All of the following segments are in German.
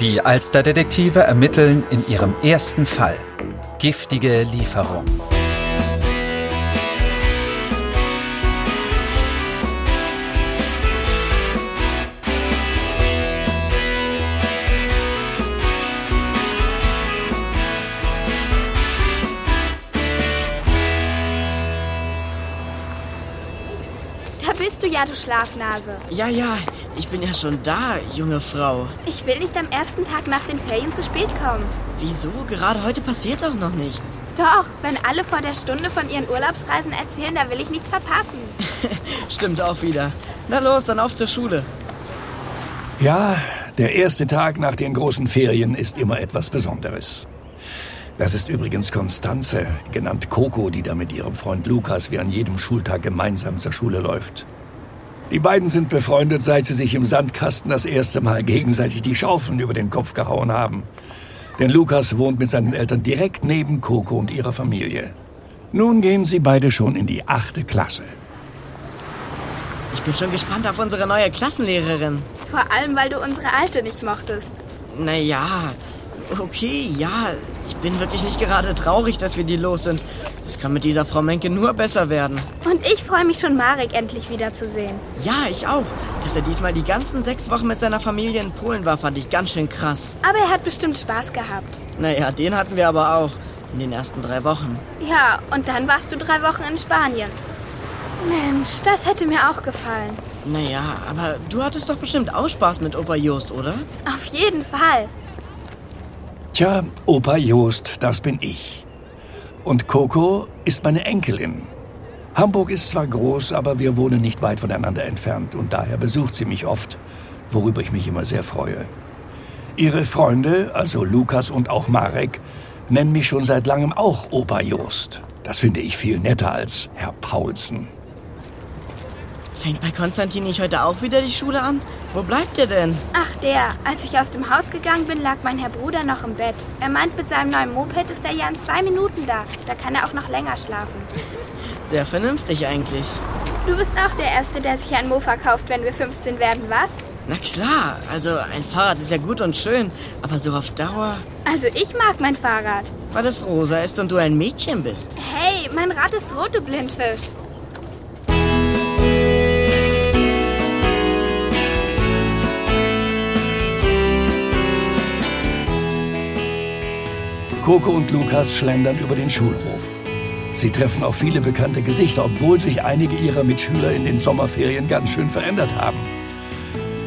Die Alsterdetektive ermitteln in ihrem ersten Fall giftige Lieferung. Da bist du ja, du Schlafnase. Ja, ja, ich bin ja schon da, junge Frau. Ich will nicht am ersten Tag nach den Ferien zu spät kommen. Wieso? Gerade heute passiert doch noch nichts. Doch, wenn alle vor der Stunde von ihren Urlaubsreisen erzählen, da will ich nichts verpassen. Stimmt auch wieder. Na los, dann auf zur Schule. Ja, der erste Tag nach den großen Ferien ist immer etwas Besonderes. Das ist übrigens Konstanze, genannt Coco, die da mit ihrem Freund Lukas wie an jedem Schultag gemeinsam zur Schule läuft. Die beiden sind befreundet, seit sie sich im Sandkasten das erste Mal gegenseitig die Schaufeln über den Kopf gehauen haben. Denn Lukas wohnt mit seinen Eltern direkt neben Coco und ihrer Familie. Nun gehen sie beide schon in die achte Klasse. Ich bin schon gespannt auf unsere neue Klassenlehrerin. Vor allem, weil du unsere alte nicht mochtest. Naja, okay, ja. Ich bin wirklich nicht gerade traurig, dass wir die los sind. Es kann mit dieser Frau Menke nur besser werden. Und ich freue mich schon, Marek endlich wiederzusehen. Ja, ich auch. Dass er diesmal die ganzen sechs Wochen mit seiner Familie in Polen war, fand ich ganz schön krass. Aber er hat bestimmt Spaß gehabt. Naja, den hatten wir aber auch. In den ersten drei Wochen. Ja, und dann warst du drei Wochen in Spanien. Mensch, das hätte mir auch gefallen. Naja, aber du hattest doch bestimmt auch Spaß mit Opa Jost, oder? Auf jeden Fall. Tja, Opa Jost, das bin ich. Und Coco ist meine Enkelin. Hamburg ist zwar groß, aber wir wohnen nicht weit voneinander entfernt und daher besucht sie mich oft, worüber ich mich immer sehr freue. Ihre Freunde, also Lukas und auch Marek, nennen mich schon seit langem auch Opa Jost. Das finde ich viel netter als Herr Paulsen. Fängt bei Konstantin nicht heute auch wieder die Schule an? Wo bleibt ihr denn? Ach der, als ich aus dem Haus gegangen bin, lag mein Herr Bruder noch im Bett. Er meint, mit seinem neuen Moped ist er ja in zwei Minuten da. Da kann er auch noch länger schlafen. Sehr vernünftig eigentlich. Du bist auch der Erste, der sich ein Mofa kauft, wenn wir 15 werden, was? Na klar, also ein Fahrrad ist ja gut und schön, aber so auf Dauer. Also ich mag mein Fahrrad. Weil es rosa ist und du ein Mädchen bist. Hey, mein Rad ist rot, du Blindfisch. Coco und Lukas schlendern über den Schulhof. Sie treffen auf viele bekannte Gesichter, obwohl sich einige ihrer Mitschüler in den Sommerferien ganz schön verändert haben.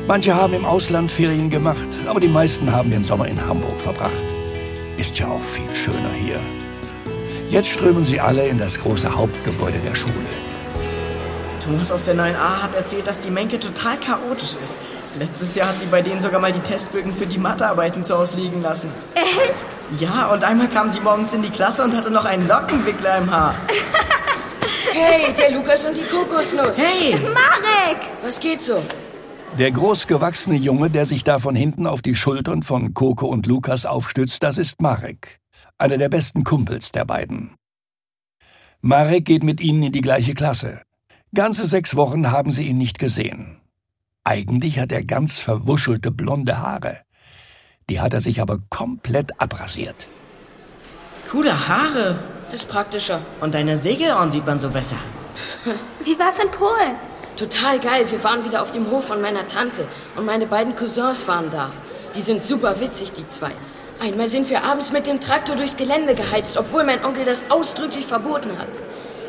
Manche haben im Ausland Ferien gemacht, aber die meisten haben den Sommer in Hamburg verbracht. Ist ja auch viel schöner hier. Jetzt strömen sie alle in das große Hauptgebäude der Schule. Thomas aus der 9a hat erzählt, dass die Menke total chaotisch ist. Letztes Jahr hat sie bei denen sogar mal die Testbögen für die Mathearbeiten zu Hause liegen lassen. Echt? Ja, und einmal kam sie morgens in die Klasse und hatte noch einen Lockenwickler im Haar. Hey, der Lukas und die Kokosnuss. Hey! Marek! Was geht so? Der großgewachsene Junge, der sich da von hinten auf die Schultern von Coco und Lukas aufstützt, das ist Marek, einer der besten Kumpels der beiden. Marek geht mit ihnen in die gleiche Klasse. Ganze sechs Wochen haben sie ihn nicht gesehen. Eigentlich hat er ganz verwuschelte blonde Haare. Die hat er sich aber komplett abrasiert. Coole Haare. Ist praktischer. Und deine Segelohren sieht man so besser. Wie war's in Polen? Total geil. Wir waren wieder auf dem Hof von meiner Tante und meine beiden Cousins waren da. Die sind super witzig, die zwei. Einmal sind wir abends mit dem Traktor durchs Gelände geheizt, obwohl mein Onkel das ausdrücklich verboten hat.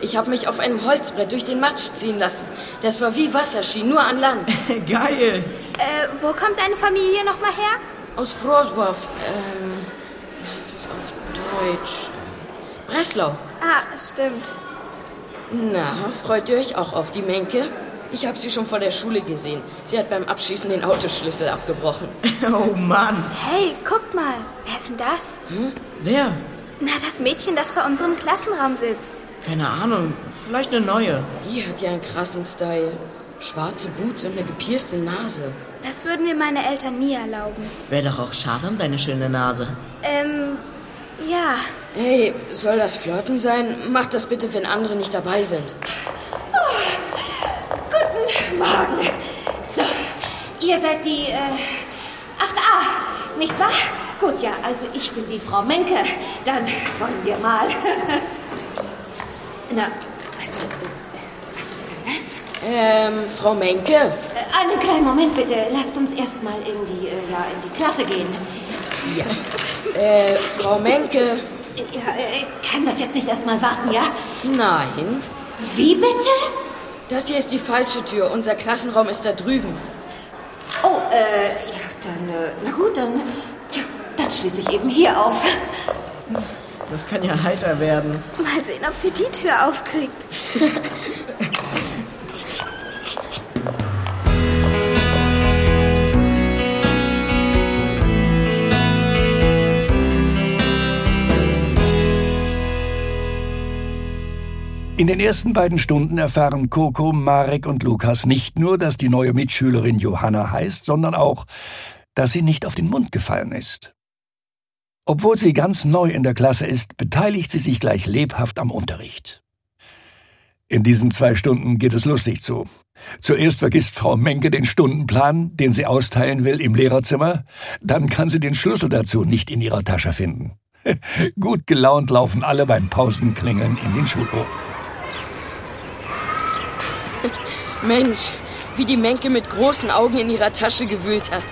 Ich habe mich auf einem Holzbrett durch den Matsch ziehen lassen. Das war wie Wasserski, nur an Land. Geil. Äh, wo kommt deine Familie nochmal her? Aus Wrocław. Ähm, wie heißt es auf Deutsch? Breslau. Ah, stimmt. Na, freut ihr euch auch auf die Menke? Ich habe sie schon vor der Schule gesehen. Sie hat beim Abschießen den Autoschlüssel abgebrochen. Oh Mann. Hey, guck mal. Wer ist denn das? Hm? Wer? Na, das Mädchen, das vor unserem Klassenraum sitzt. Keine Ahnung. Vielleicht eine neue. Die hat ja einen krassen Style. Schwarze Boots und eine gepierste Nase. Das würden mir meine Eltern nie erlauben. Wäre doch auch schade um deine schöne Nase. Ähm, ja. Hey, soll das Flirten sein? Macht das bitte, wenn andere nicht dabei sind. Guten Morgen. So, ihr seid die äh, 8a. ah, Nicht wahr? Gut, ja, also ich bin die Frau Menke. Dann wollen wir mal. Na, also, äh, was ist denn das? Ähm, Frau Menke? Äh, Einen kleinen Moment bitte. Lasst uns erstmal in die, äh, ja, in die Klasse gehen. Ja. Äh, Frau Menke? Äh, Ja, äh, kann das jetzt nicht erstmal warten, ja? Nein. Wie bitte? Das hier ist die falsche Tür. Unser Klassenraum ist da drüben. Oh, äh, ja, dann, äh, na gut, dann, ja, dann schließe ich eben hier auf. Das kann ja heiter werden. Mal sehen, ob sie die Tür aufkriegt. In den ersten beiden Stunden erfahren Coco, Marek und Lukas nicht nur, dass die neue Mitschülerin Johanna heißt, sondern auch, dass sie nicht auf den Mund gefallen ist. Obwohl sie ganz neu in der Klasse ist, beteiligt sie sich gleich lebhaft am Unterricht. In diesen zwei Stunden geht es lustig zu. Zuerst vergisst Frau Menke den Stundenplan, den sie austeilen will, im Lehrerzimmer, dann kann sie den Schlüssel dazu nicht in ihrer Tasche finden. Gut gelaunt laufen alle beim Pausenklingeln in den Schulhof. Mensch, wie die Menke mit großen Augen in ihrer Tasche gewühlt hat.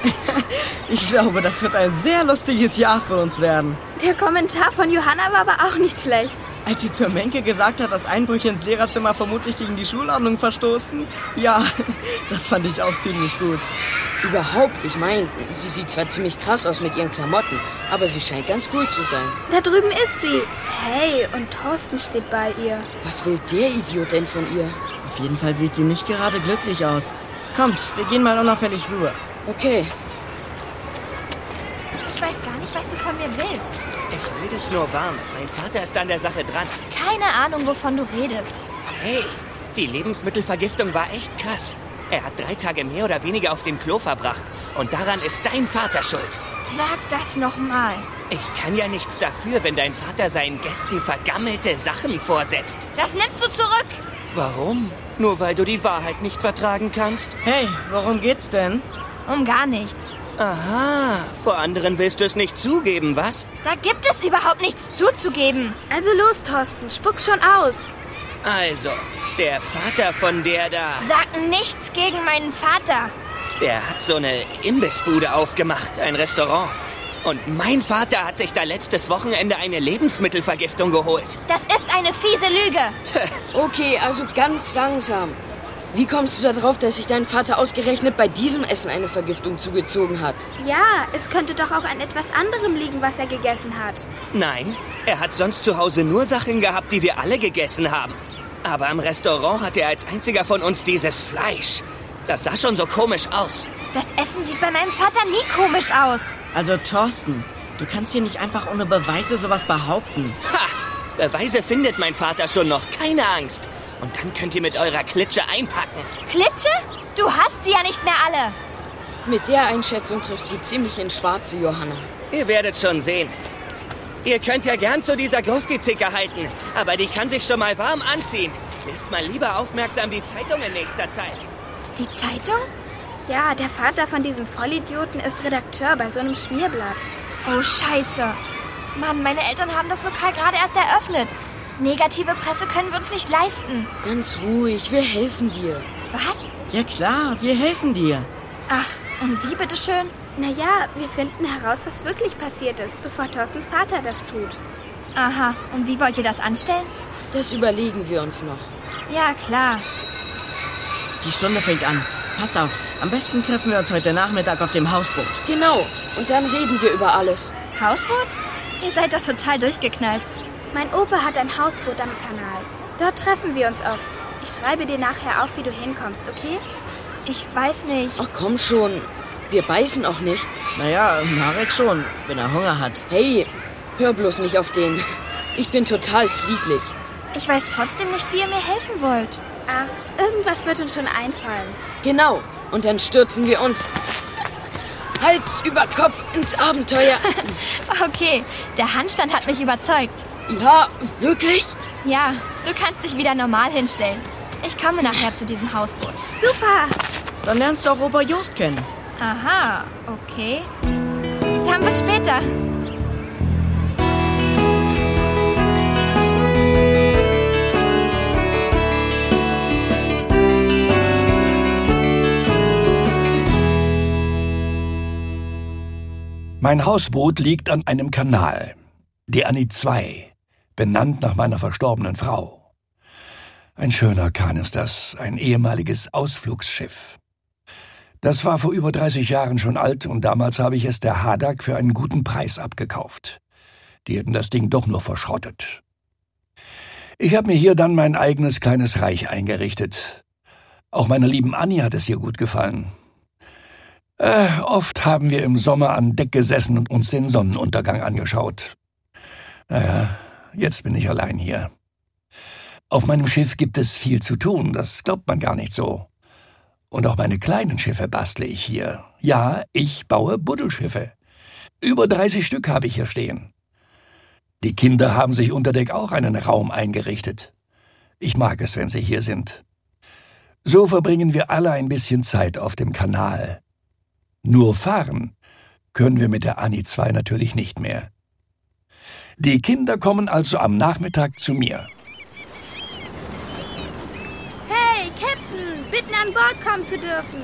Ich glaube, das wird ein sehr lustiges Jahr für uns werden. Der Kommentar von Johanna war aber auch nicht schlecht. Als sie zur Menke gesagt hat, dass Einbrüche ins Lehrerzimmer vermutlich gegen die Schulordnung verstoßen, ja, das fand ich auch ziemlich gut. Überhaupt, ich meine, sie sieht zwar ziemlich krass aus mit ihren Klamotten, aber sie scheint ganz cool zu sein. Da drüben ist sie. Hey, und Thorsten steht bei ihr. Was will der Idiot denn von ihr? Auf jeden Fall sieht sie nicht gerade glücklich aus. Kommt, wir gehen mal unauffällig rüber. Okay, Ich weiß gar nicht, was du von mir willst. Ich will dich nur warnen. Mein Vater ist an der Sache dran. Keine Ahnung, wovon du redest. Hey, die Lebensmittelvergiftung war echt krass. Er hat drei Tage mehr oder weniger auf dem Klo verbracht. Und daran ist dein Vater schuld. Sag das nochmal. Ich kann ja nichts dafür, wenn dein Vater seinen Gästen vergammelte Sachen vorsetzt. Das nimmst du zurück. Warum? Nur weil du die Wahrheit nicht vertragen kannst? Hey, worum geht's denn? Um gar nichts. Aha, vor anderen willst du es nicht zugeben, was? Da gibt es überhaupt nichts zuzugeben. Also los, Thorsten, spuck schon aus. Also, der Vater von der da, Sag nichts gegen meinen Vater. der hat so eine Imbissbude aufgemacht, ein Restaurant. Und mein Vater hat sich da letztes Wochenende eine Lebensmittelvergiftung geholt. Das ist eine fiese Lüge. okay, also ganz langsam. Wie kommst du darauf, dass sich dein Vater ausgerechnet bei diesem Essen eine Vergiftung zugezogen hat? Ja, es könnte doch auch an etwas anderem liegen, was er gegessen hat. Nein, er hat sonst zu Hause nur Sachen gehabt, die wir alle gegessen haben. Aber im Restaurant hat er als einziger von uns dieses Fleisch. Das sah schon so komisch aus. Das Essen sieht bei meinem Vater nie komisch aus. Also Thorsten, du kannst hier nicht einfach ohne Beweise sowas behaupten. Ha! Beweise findet mein Vater schon noch. Keine Angst. Und dann könnt ihr mit eurer Klitsche einpacken. Klitsche? Du hast sie ja nicht mehr alle. Mit der Einschätzung triffst du ziemlich ins Schwarze, Johanna. Ihr werdet schon sehen. Ihr könnt ja gern zu dieser Grufti-Zicke halten, aber die kann sich schon mal warm anziehen. Lest mal lieber aufmerksam die Zeitung in nächster Zeit. Die Zeitung? Ja, der Vater von diesem Vollidioten ist Redakteur bei so einem Schmierblatt. Oh, scheiße. Mann, meine Eltern haben das Lokal gerade erst eröffnet. Negative Presse können wir uns nicht leisten. Ganz ruhig, wir helfen dir. Was? Ja klar, wir helfen dir. Ach, und wie bitteschön? Naja, wir finden heraus, was wirklich passiert ist, bevor Thorstens Vater das tut. Aha, und wie wollt ihr das anstellen? Das überlegen wir uns noch. Ja, klar. Die Stunde fängt an. Passt auf, am besten treffen wir uns heute Nachmittag auf dem Hausboot. Genau, und dann reden wir über alles. Hausboot? Ihr seid doch total durchgeknallt. Mein Opa hat ein Hausboot am Kanal. Dort treffen wir uns oft. Ich schreibe dir nachher auf, wie du hinkommst, okay? Ich weiß nicht. Ach komm schon, wir beißen auch nicht. Naja, Marek schon, wenn er Hunger hat. Hey, hör bloß nicht auf den. Ich bin total friedlich. Ich weiß trotzdem nicht, wie ihr mir helfen wollt. Ach, irgendwas wird uns schon einfallen. Genau, und dann stürzen wir uns. Hals über Kopf ins Abenteuer. Okay, der Handstand hat mich überzeugt. Ja, wirklich? Ja, du kannst dich wieder normal hinstellen. Ich komme nachher zu diesem Hausboot. Super! Dann lernst du auch Opa Jost kennen. Aha, okay. Dann bis später. Mein Hausboot liegt an einem Kanal, die Annie 2, benannt nach meiner verstorbenen Frau. Ein schöner Kahn ist das, ein ehemaliges Ausflugsschiff. Das war vor über 30 Jahren schon alt und damals habe ich es der Hadak für einen guten Preis abgekauft. Die hätten das Ding doch nur verschrottet. Ich habe mir hier dann mein eigenes kleines Reich eingerichtet. Auch meiner lieben Annie hat es hier gut gefallen. Äh, oft haben wir im Sommer an Deck gesessen und uns den Sonnenuntergang angeschaut. Naja, jetzt bin ich allein hier. Auf meinem Schiff gibt es viel zu tun, das glaubt man gar nicht so. Und auch meine kleinen Schiffe bastle ich hier. Ja, ich baue Buddelschiffe. Über 30 Stück habe ich hier stehen. Die Kinder haben sich unter Deck auch einen Raum eingerichtet. Ich mag es, wenn sie hier sind. So verbringen wir alle ein bisschen Zeit auf dem Kanal. Nur fahren können wir mit der Annie 2 natürlich nicht mehr. Die Kinder kommen also am Nachmittag zu mir. Hey, Captain, bitten an Bord kommen zu dürfen.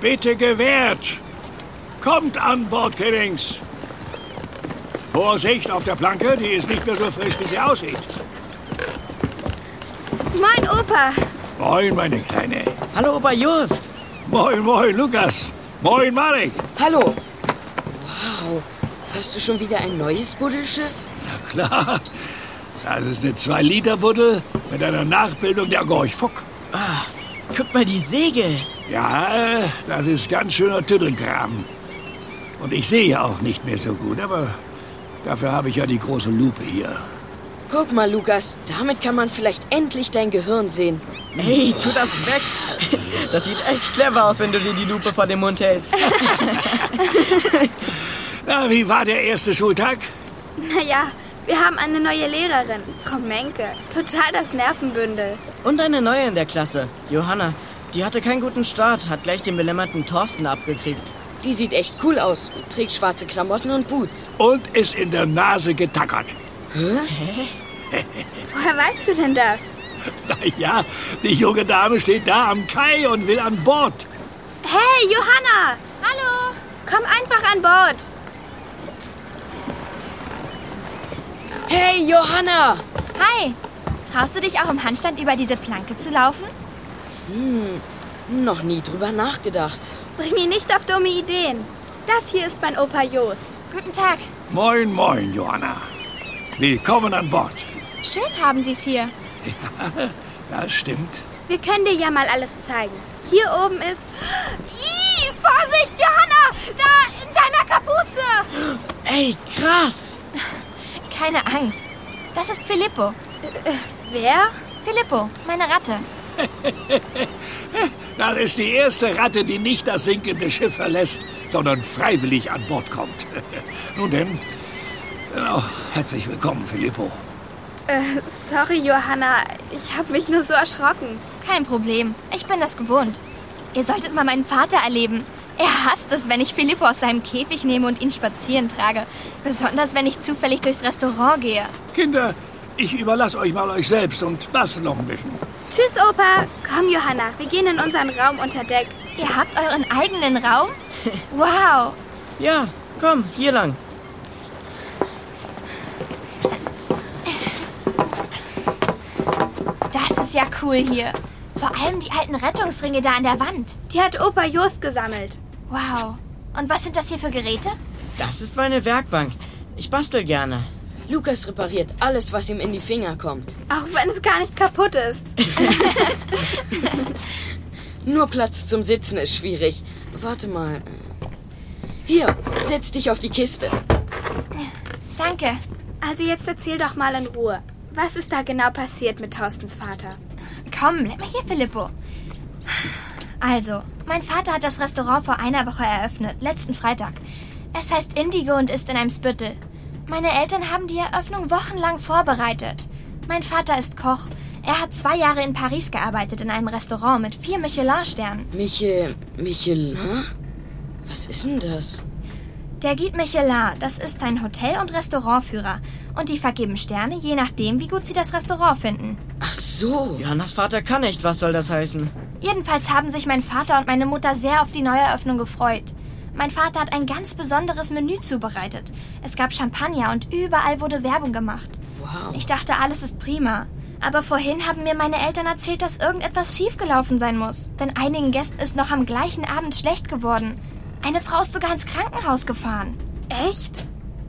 Bitte gewährt! Kommt an Bord, Kiddings! Vorsicht auf der Planke, die ist nicht mehr so frisch, wie sie aussieht. Moin, Opa. Moin, meine Kleine. Hallo, Opa Just. Moin, moin, Lukas. Moin, Marek. Hallo. Wow. Fährst du schon wieder ein neues Buddelschiff? Klar, das ist eine 2-Liter-Buddel mit einer Nachbildung der Gorch Fock. Guck mal die Segel. Ja, äh, das ist ganz schöner Tüdelkram. Und ich sehe ja auch nicht mehr so gut, aber dafür habe ich ja die große Lupe hier. Guck mal, Lukas, damit kann man vielleicht endlich dein Gehirn sehen. Ey, tu das weg. Das sieht echt clever aus, wenn du dir die Lupe vor den Mund hältst. Na, wie war der erste Schultag? Naja, wir haben eine neue Lehrerin, Frau Menke. Total das Nervenbündel. Und eine neue in der Klasse, Johanna. Die hatte keinen guten Start, hat gleich den belämmerten Thorsten abgekriegt. Die sieht echt cool aus. Trägt schwarze Klamotten und Boots. Und ist in der Nase getackert. Woher weißt du denn das? Na ja, die junge Dame steht da am Kai und will an Bord. Hey, Johanna! Hallo. Komm einfach an Bord. Hey, Johanna! Hi. Traust du dich auch im Handstand über diese Planke zu laufen? Hm, Noch nie drüber nachgedacht. Bring mich nicht auf dumme Ideen. Das hier ist mein Opa Jost. Guten Tag. Moin, moin, Johanna. Willkommen an Bord. Schön haben Sie es hier. Das stimmt. Wir können dir ja mal alles zeigen. Hier oben ist... Ih, Vorsicht, Johanna! Da, in deiner Kapuze! Ey, krass. Keine Angst. Das ist Filippo. Äh, Wer? Filippo, meine Ratte. Das ist die erste Ratte, die nicht das sinkende Schiff verlässt, sondern freiwillig an Bord kommt. Nun denn, genau, herzlich willkommen, Filippo. Äh, sorry, Johanna. Ich habe mich nur so erschrocken. Kein Problem. Ich bin das gewohnt. Ihr solltet mal meinen Vater erleben. Er hasst es, wenn ich Filippo aus seinem Käfig nehme und ihn spazieren trage. Besonders, wenn ich zufällig durchs Restaurant gehe. Kinder, ich überlasse euch mal euch selbst und bastel noch ein bisschen. Tschüss, Opa. Komm, Johanna. Wir gehen in unseren Raum unter Deck. Ihr habt euren eigenen Raum? Wow. Ja, komm, hier lang. Das ist ja cool hier. Vor allem die alten Rettungsringe da an der Wand. Die hat Opa Jost gesammelt. Wow. Und was sind das hier für Geräte? Das ist meine Werkbank. Ich bastel gerne. Lukas repariert alles, was ihm in die Finger kommt. Auch wenn es gar nicht kaputt ist. Nur Platz zum Sitzen ist schwierig. Warte mal. Hier, setz dich auf die Kiste. Danke. Also jetzt erzähl doch mal in Ruhe. Was ist da genau passiert mit Thorstens Vater? Komm, bleib mal hier, Filippo. Also, mein Vater hat das Restaurant vor einer Woche eröffnet, letzten Freitag. Es heißt Indigo und ist in einem Spüttel. Meine Eltern haben die Eröffnung wochenlang vorbereitet. Mein Vater ist Koch. Er hat zwei Jahre in Paris gearbeitet in einem Restaurant mit vier Michelin-Sternen. ne? Michel. Michelin? Was ist denn das? Der Guide Michelin, das ist ein Hotel- und Restaurantführer. Und die vergeben Sterne, je nachdem, wie gut sie das Restaurant finden. Ach so. Johannas Vater kann nicht, was soll das heißen? Jedenfalls haben sich mein Vater und meine Mutter sehr auf die Neueröffnung gefreut. Mein Vater hat ein ganz besonderes Menü zubereitet. Es gab Champagner und überall wurde Werbung gemacht. Wow. Ich dachte, alles ist prima. Aber vorhin haben mir meine Eltern erzählt, dass irgendetwas schiefgelaufen sein muss. Denn einigen Gästen ist noch am gleichen Abend schlecht geworden. Eine Frau ist sogar ins Krankenhaus gefahren. Echt?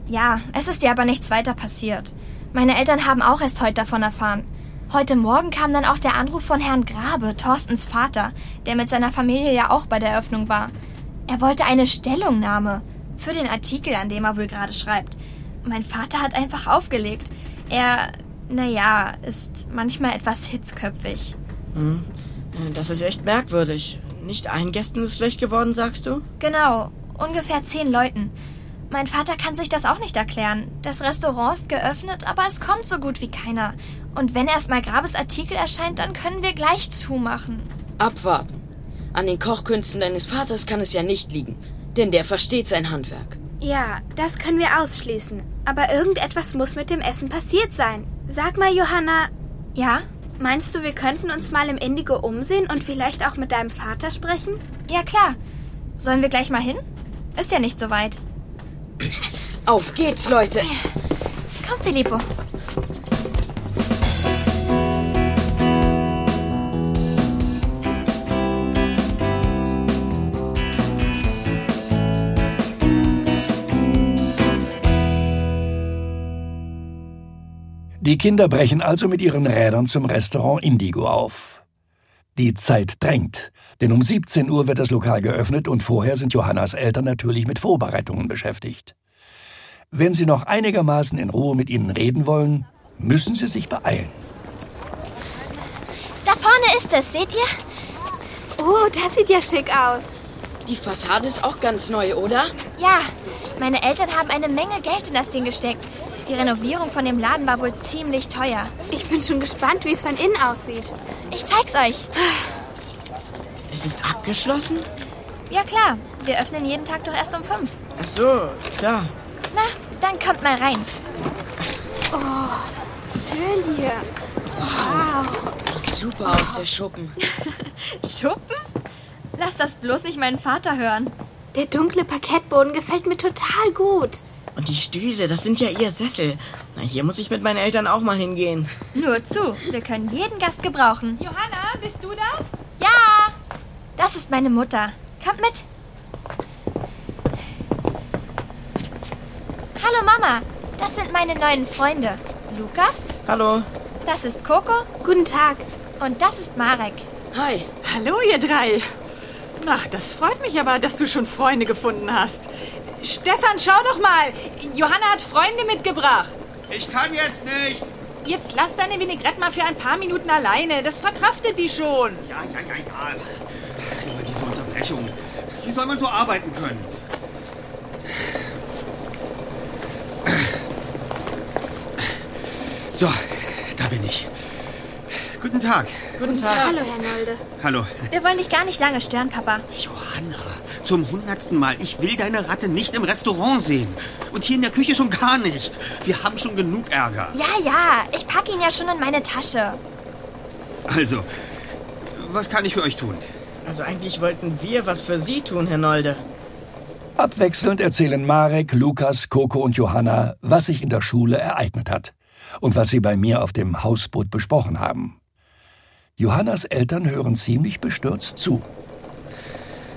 Ja, es ist ihr aber nichts weiter passiert. Meine Eltern haben auch erst heute davon erfahren. Heute Morgen kam dann auch der Anruf von Herrn Grabe, Thorstens Vater, der mit seiner Familie ja auch bei der Eröffnung war. Er wollte eine Stellungnahme für den Artikel, an dem er wohl gerade schreibt. Mein Vater hat einfach aufgelegt. Er, naja, ist manchmal etwas hitzköpfig. Das ist echt merkwürdig. Nicht allen Gästen ist schlecht geworden, sagst du? Genau, ungefähr zehn Leuten. Mein Vater kann sich das auch nicht erklären. Das Restaurant ist geöffnet, aber es kommt so gut wie keiner. Und wenn erstmal Grabes Artikel erscheint, dann können wir gleich zumachen. Abwarten. An den Kochkünsten deines Vaters kann es ja nicht liegen, denn der versteht sein Handwerk. Ja, das können wir ausschließen. Aber irgendetwas muss mit dem Essen passiert sein. Sag mal, Johanna, Ja? meinst du, wir könnten uns mal im Indigo umsehen und vielleicht auch mit deinem Vater sprechen? Ja, klar. Sollen wir gleich mal hin? Ist ja nicht so weit. Auf geht's, Leute! Komm, Filippo. Die Kinder brechen also mit ihren Rädern zum Restaurant Indigo auf. Die Zeit drängt, denn um 17 Uhr wird das Lokal geöffnet und vorher sind Johannas Eltern natürlich mit Vorbereitungen beschäftigt. Wenn sie noch einigermaßen in Ruhe mit ihnen reden wollen, müssen sie sich beeilen. Da vorne ist es, seht ihr? Oh, das sieht ja schick aus. Die Fassade ist auch ganz neu, oder? Ja, meine Eltern haben eine Menge Geld in das Ding gesteckt. Die Renovierung von dem Laden war wohl ziemlich teuer. Ich bin schon gespannt, wie es von innen aussieht. Ich zeig's euch. Es ist abgeschlossen? Ja klar, wir öffnen jeden Tag doch erst um fünf. Ach so, klar. Na, dann kommt mal rein. Oh, Schön hier. Sieht super aus, der Schuppen. Schuppen? Lass das bloß nicht meinen Vater hören. Der dunkle Parkettboden gefällt mir total gut. Und die Stühle, das sind ja ihr Sessel. Na, hier muss ich mit meinen Eltern auch mal hingehen. Nur zu, wir können jeden Gast gebrauchen. Johanna, bist du das? Ja! Das ist meine Mutter. Kommt mit. Hallo Mama, das sind meine neuen Freunde. Lukas, Hallo. das ist Coco Guten Tag. und das ist Marek. Hi. Hallo, ihr drei. Ach, das freut mich aber, dass du schon Freunde gefunden hast. Stefan, schau doch mal. Johanna hat Freunde mitgebracht. Ich kann jetzt nicht. Jetzt lass deine Vinaigrette mal für ein paar Minuten alleine. Das verkraftet die schon. Ja, ja, ja, ja. Über diese Unterbrechung. Wie soll man so arbeiten können? So, da bin ich. Guten Tag. Guten Tag. Hallo, Herr Nolde. Hallo. Wir wollen dich gar nicht lange stören, Papa. Johanna, zum hundertsten Mal. Ich will deine Ratte nicht im Restaurant sehen. Und hier in der Küche schon gar nicht. Wir haben schon genug Ärger. Ja, ja, ich packe ihn ja schon in meine Tasche. Also, was kann ich für euch tun? Also eigentlich wollten wir was für Sie tun, Herr Nolde. Abwechselnd erzählen Marek, Lukas, Coco und Johanna, was sich in der Schule ereignet hat und was sie bei mir auf dem Hausboot besprochen haben. Johannas Eltern hören ziemlich bestürzt zu.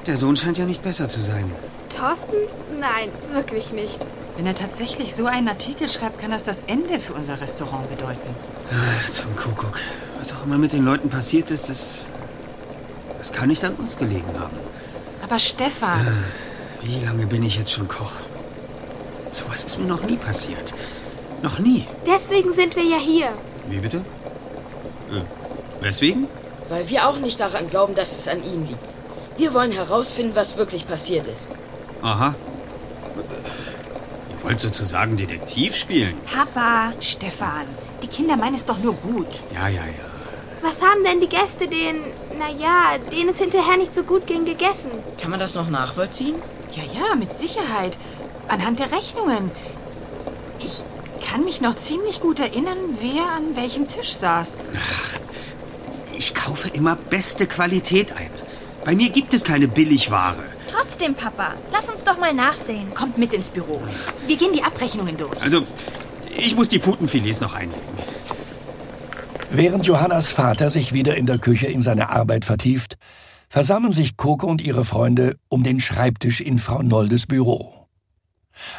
Der Sohn scheint ja nicht besser zu sein. Thorsten? Nein, wirklich nicht. Wenn er tatsächlich so einen Artikel schreibt, kann das das Ende für unser Restaurant bedeuten. Ach, Ah, zum Kuckuck. Was auch immer mit den Leuten passiert ist, das, das kann nicht an uns gelegen haben. Aber Stefan, Wie lange bin ich jetzt schon Koch? Sowas ist mir noch nie passiert. Noch nie. Deswegen sind wir ja hier. Wie bitte? Äh, weswegen? Weil wir auch nicht daran glauben, dass es an ihm liegt. Wir wollen herausfinden, was wirklich passiert ist. Aha. Ihr wollt sozusagen Detektiv spielen? Papa, Stefan, die Kinder meinen es doch nur gut. Ja, ja, ja. Was haben denn die Gäste den, naja, denen es hinterher nicht so gut ging, gegessen? Kann man das noch nachvollziehen? Ja, ja, mit Sicherheit. anhand der Rechnungen. Ich kann mich noch ziemlich gut erinnern, wer an welchem Tisch saß. Ich kaufe immer beste Qualität ein. Bei mir gibt es keine Billigware. Trotzdem, Papa, lass uns doch mal nachsehen. Kommt mit ins Büro. Wir gehen die Abrechnungen durch. Also, ich muss die Putenfilets noch einlegen. Während Johannas Vater sich wieder in der Küche in seine Arbeit vertieft, versammeln sich Coco und ihre Freunde um den Schreibtisch in Frau Noldes Büro.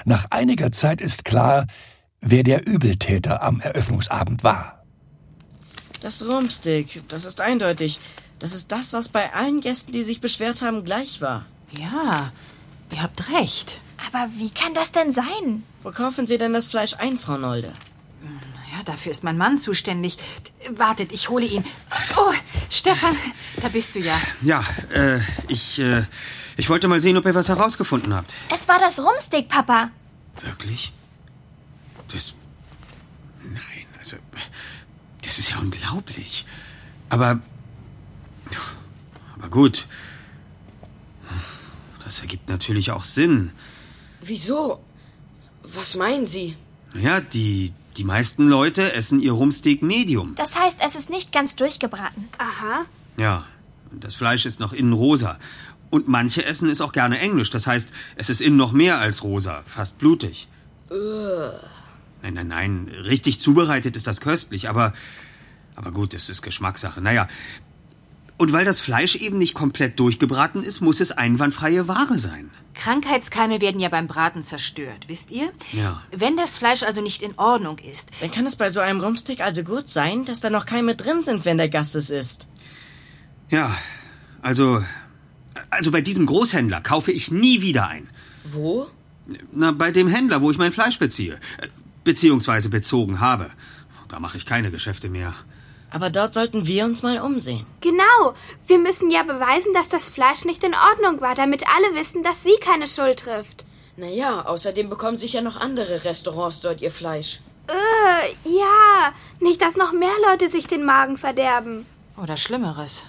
Nach einiger Zeit ist klar, wer der Übeltäter am Eröffnungsabend war. Das Rumpsteak, das ist eindeutig. Das ist das, was bei allen Gästen, die sich beschwert haben, gleich war. Ja, ihr habt recht. Aber wie kann das denn sein? Wo kaufen Sie denn das Fleisch ein, Frau Nolde? Ja, dafür ist mein Mann zuständig. Wartet, ich hole ihn. Oh, Stefan, da bist du ja. Ja, äh, ich, äh, ich wollte mal sehen, ob ihr was herausgefunden habt. Es war das Rumsteak, Papa. Wirklich? Das. Nein, also. Das ist ja unglaublich. Aber. Aber gut. Das ergibt natürlich auch Sinn. Wieso? Was meinen Sie? Ja, die, die meisten Leute essen ihr Rumsteak Medium. Das heißt, es ist nicht ganz durchgebraten. Aha. Ja, das Fleisch ist noch innen rosa. Und manche essen es auch gerne englisch. Das heißt, es ist innen noch mehr als rosa, fast blutig. Ugh. Nein, nein, nein, richtig zubereitet ist das köstlich, aber, aber gut, es ist Geschmackssache. Naja, und weil das Fleisch eben nicht komplett durchgebraten ist, muss es einwandfreie Ware sein. Krankheitskeime werden ja beim Braten zerstört, wisst ihr? Ja. Wenn das Fleisch also nicht in Ordnung ist. Dann kann es bei so einem Rumsteak also gut sein, dass da noch Keime drin sind, wenn der Gast es isst. Ja, also, also bei diesem Großhändler kaufe ich nie wieder ein. Wo? Na, bei dem Händler, wo ich mein Fleisch beziehe. Äh, Beziehungsweise bezogen habe. Da mache ich keine Geschäfte mehr. Aber dort sollten wir uns mal umsehen. Genau. Wir müssen ja beweisen, dass das Fleisch nicht in Ordnung war, damit alle wissen, dass sie keine Schuld trifft. Naja, außerdem bekommen sicher noch andere Restaurants dort ihr Fleisch. Äh, ja. Nicht, dass noch mehr Leute sich den Magen verderben. Oder Schlimmeres.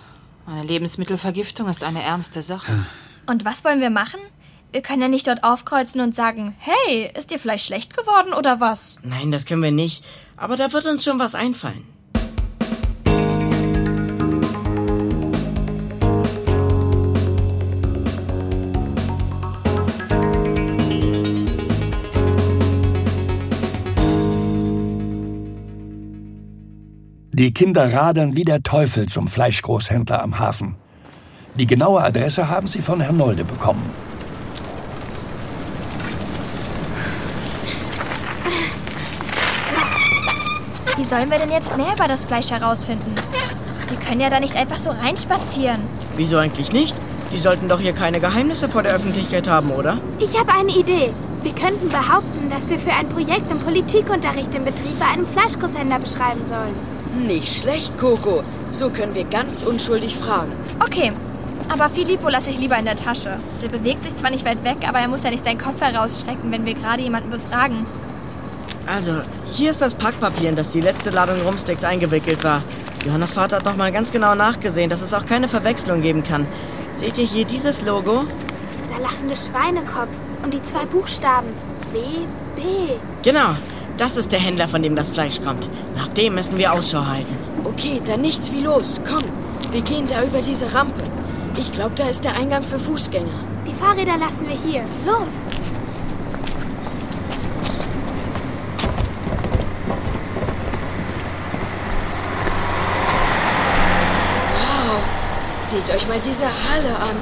Eine Lebensmittelvergiftung ist eine ernste Sache. Und was wollen wir machen? Wir können ja nicht dort aufkreuzen und sagen, hey, ist dir vielleicht schlecht geworden oder was? Nein, das können wir nicht. Aber da wird uns schon was einfallen. Die Kinder radern wie der Teufel zum Fleischgroßhändler am Hafen. Die genaue Adresse haben sie von Herrn Nolde bekommen. Wie sollen wir denn jetzt mehr über das Fleisch herausfinden? Wir können ja da nicht einfach so reinspazieren. Wieso eigentlich nicht? Die sollten doch hier keine Geheimnisse vor der Öffentlichkeit haben, oder? Ich habe eine Idee. Wir könnten behaupten, dass wir für ein Projekt im Politikunterricht den Betrieb bei einem Fleischgroßhändler beschreiben sollen. Nicht schlecht, Coco. So können wir ganz unschuldig fragen. Okay, aber Filippo lasse ich lieber in der Tasche. Der bewegt sich zwar nicht weit weg, aber er muss ja nicht seinen Kopf herausstrecken, wenn wir gerade jemanden befragen. Also, hier ist das Packpapier, in das die letzte Ladung Rumsteaks eingewickelt war. Johannas Vater hat nochmal ganz genau nachgesehen, dass es auch keine Verwechslung geben kann. Seht ihr hier dieses Logo? Dieser lachende Schweinekopf und die zwei Buchstaben. W, B. Genau, das ist der Händler, von dem das Fleisch kommt. Nach dem müssen wir Ausschau halten. Okay, dann nichts wie los. Komm, wir gehen da über diese Rampe. Ich glaube, da ist der Eingang für Fußgänger. Die Fahrräder lassen wir hier. Los! Wow, seht euch mal diese Halle an.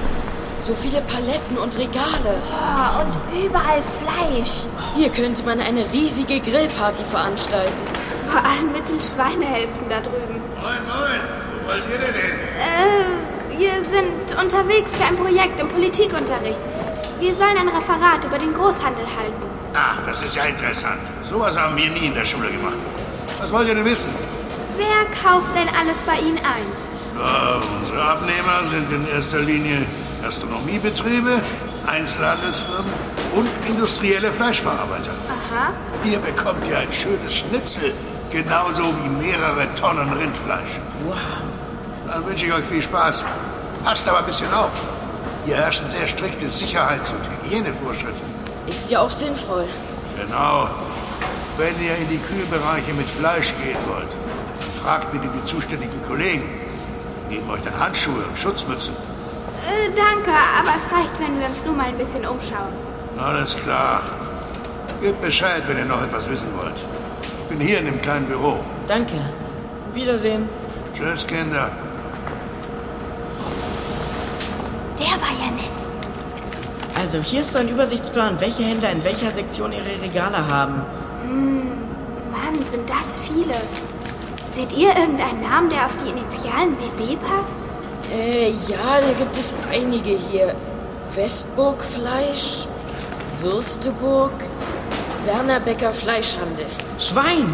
So viele Paletten und Regale. Ah, und überall Fleisch. Hier könnte man eine riesige Grillparty veranstalten. Vor allem mit den Schweinehälften da drüben. Moin, moin. Wo wollt ihr denn hin? Äh, wir sind unterwegs für ein Projekt im Politikunterricht. Wir sollen ein Referat über den Großhandel halten. Ach, das ist ja interessant. Sowas haben wir nie in der Schule gemacht. Was wollt ihr denn wissen? Wer kauft denn alles bei Ihnen ein? Na, unsere Abnehmer sind in erster Linie Gastronomiebetriebe, Einzelhandelsfirmen und industrielle Fleischverarbeiter. Aha. Hier bekommt ihr ein schönes Schnitzel, genauso wie mehrere Tonnen Rindfleisch. Wow. Dann wünsche ich euch viel Spaß. Passt aber ein bisschen auf. Hier herrschen sehr strikte Sicherheits- und Hygienevorschriften. Ist ja auch sinnvoll. Genau. Wenn ihr in die Kühlbereiche mit Fleisch gehen wollt, dann fragt bitte die zuständigen Kollegen. Geben euch dann Handschuhe und Schutzmützen. Äh, danke, aber es reicht, wenn wir uns nur mal ein bisschen umschauen. Alles klar. Gebt Bescheid, wenn ihr noch etwas wissen wollt. Ich bin hier in dem kleinen Büro. Danke. Wiedersehen. Tschüss, Kinder. Der war ja nett. Also, hier ist so ein Übersichtsplan, welche Händler in welcher Sektion ihre Regale haben. Hm, Mann, sind das viele. Seht ihr irgendeinen Namen, der auf die Initialen WB passt? Äh, ja, da gibt es einige hier. Westburg Fleisch, Würsteburg, Werner Becker Fleischhandel. Schwein!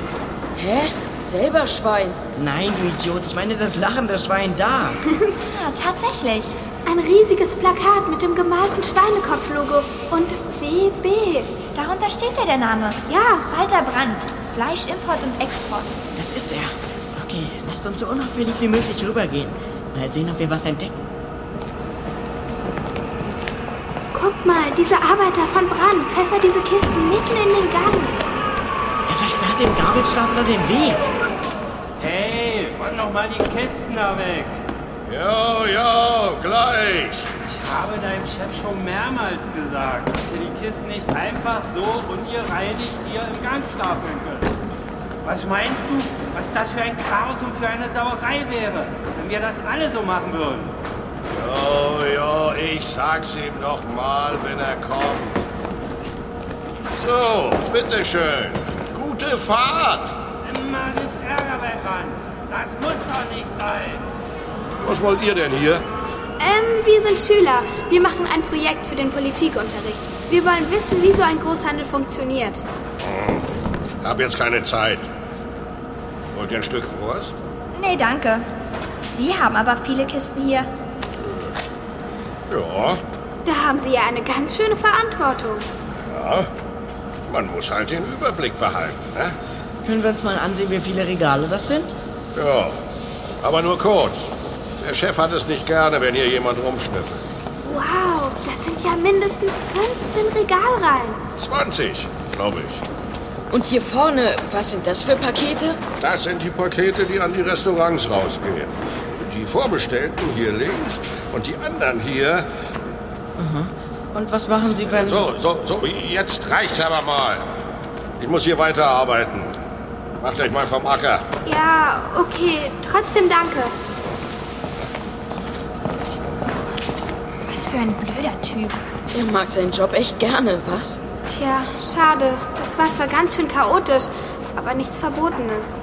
Hä? Selber Schwein? Nein, du Idiot, ich meine das lachende Schwein da. Ja, tatsächlich. Ah, Ein riesiges Plakat mit dem gemalten Schweinekopflogo und WB. Darunter steht ja der Name. Ja. Walter Brandt. Fleischimport und Export. Das ist er. Okay, lasst uns so unauffällig wie möglich rübergehen. Mal sehen, ob wir was entdecken. Guck mal, diese Arbeiter von Brand pfeffert diese Kisten mitten in den Garten. Er versperrt dem Gabelstapler den Weg. Hey, räum doch mal die Kisten da weg. Ja, ja, gleich. Ich habe deinem Chef schon mehrmals gesagt, dass ihr die Kisten nicht einfach so ungereinigt hier im Gang stapeln könnt. Was meinst du, was das für ein Chaos und für eine Sauerei wäre, wenn wir das alle so machen würden? Jo, jo, Oh, ich sag's ihm noch mal, wenn er kommt. So, bitteschön. Gute Fahrt. Immer gibt's Ärger bei Brand. Das muss doch nicht sein. Was wollt ihr denn hier? Ähm, wir sind Schüler. Wir machen ein Projekt für den Politikunterricht. Wir wollen wissen, wie so ein Großhandel funktioniert. Hm, Hab jetzt keine Zeit. Wollt ihr ein Stück Wurst? Nee, danke. Sie haben aber viele Kisten hier. Ja, Da haben Sie ja eine ganz schöne Verantwortung. ja. Man muss halt den Überblick behalten, ne? Können wir uns mal ansehen, wie viele Regale das sind? Ja, aber nur kurz. Der Chef hat es nicht gerne, wenn hier jemand rumschnüffelt. Wow, das sind ja mindestens 15 Regalreihen. 20, glaube ich. Und hier vorne, was sind das für Pakete? Das sind die Pakete, die an die Restaurants rausgehen. Die Vorbestellten hier links und die anderen hier. Und was machen Sie, wenn... So, so, so, jetzt reicht's aber mal. Ich muss hier weiterarbeiten. Macht euch mal vom Acker. Ja, okay, trotzdem danke. Was für ein blöder Typ. Er mag seinen Job echt gerne, was? Tja, schade. Das war zwar ganz schön chaotisch, aber nichts Verbotenes.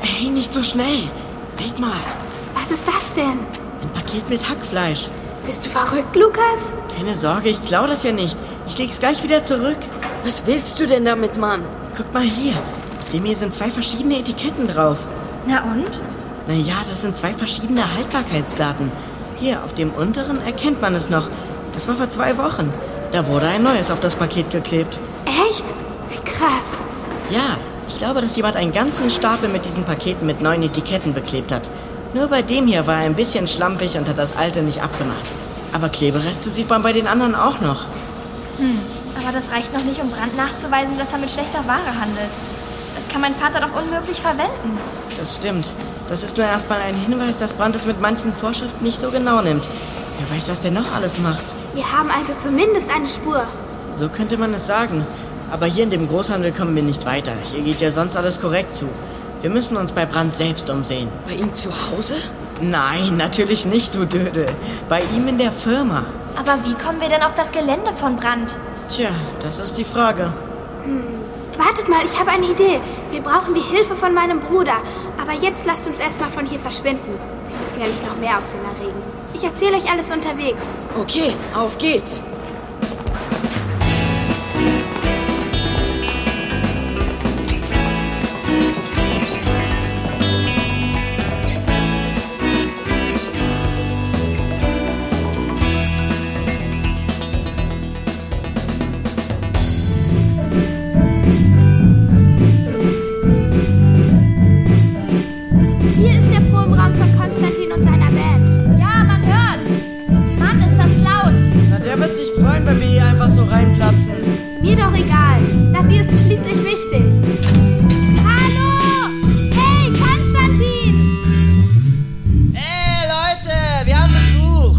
Hey, nicht so schnell. Seht mal, Was ist das denn? ein Paket mit Hackfleisch. Bist du verrückt, Lukas? Keine Sorge, ich klaue das ja nicht. Ich leg's gleich wieder zurück. Was willst du denn damit, Mann? Guck mal hier. Dem hier sind zwei verschiedene Etiketten drauf. Na und? Naja, das sind zwei verschiedene Haltbarkeitsdaten. Hier, auf dem unteren erkennt man es noch. Das war vor zwei Wochen. Da wurde ein neues auf das Paket geklebt. Echt? Wie krass. Ja, ich glaube, dass jemand einen ganzen Stapel mit diesen Paketen mit neuen Etiketten beklebt hat. Nur bei dem hier war er ein bisschen schlampig und hat das alte nicht abgemacht. Aber Klebereste sieht man bei den anderen auch noch. Hm, aber das reicht noch nicht, um Brandt nachzuweisen, dass er mit schlechter Ware handelt. Das kann mein Vater doch unmöglich verwenden. Das stimmt. Das ist nur erstmal ein Hinweis, dass Brandt es mit manchen Vorschriften nicht so genau nimmt. Wer weiß, was der noch alles macht. Wir haben also zumindest eine Spur. So könnte man es sagen. Aber hier in dem Großhandel kommen wir nicht weiter. Hier geht ja sonst alles korrekt zu. Wir müssen uns bei Brandt selbst umsehen. Bei ihm zu Hause? Nein, natürlich nicht, du Dödel. Bei ihm in der Firma. Aber wie kommen wir denn auf das Gelände von Brandt? Tja, das ist die Frage. Hm, Wartet mal, ich habe eine Idee. Wir brauchen die Hilfe von meinem Bruder. Aber jetzt lasst uns erstmal von hier verschwinden. Wir müssen ja nicht noch mehr Aufsehen erregen. Ich erzähle euch alles unterwegs. Okay, auf geht's. Hier ist der Probenraum von Konstantin und seiner Band. Ja, man hört's. Mann, ist das laut. Na, der wird sich freuen, wenn wir hier einfach so reinplatzen. Mir Büroregal. Das hier ist schließlich wichtig. Hallo! Hey, Konstantin! Hey Leute, wir haben Besuch.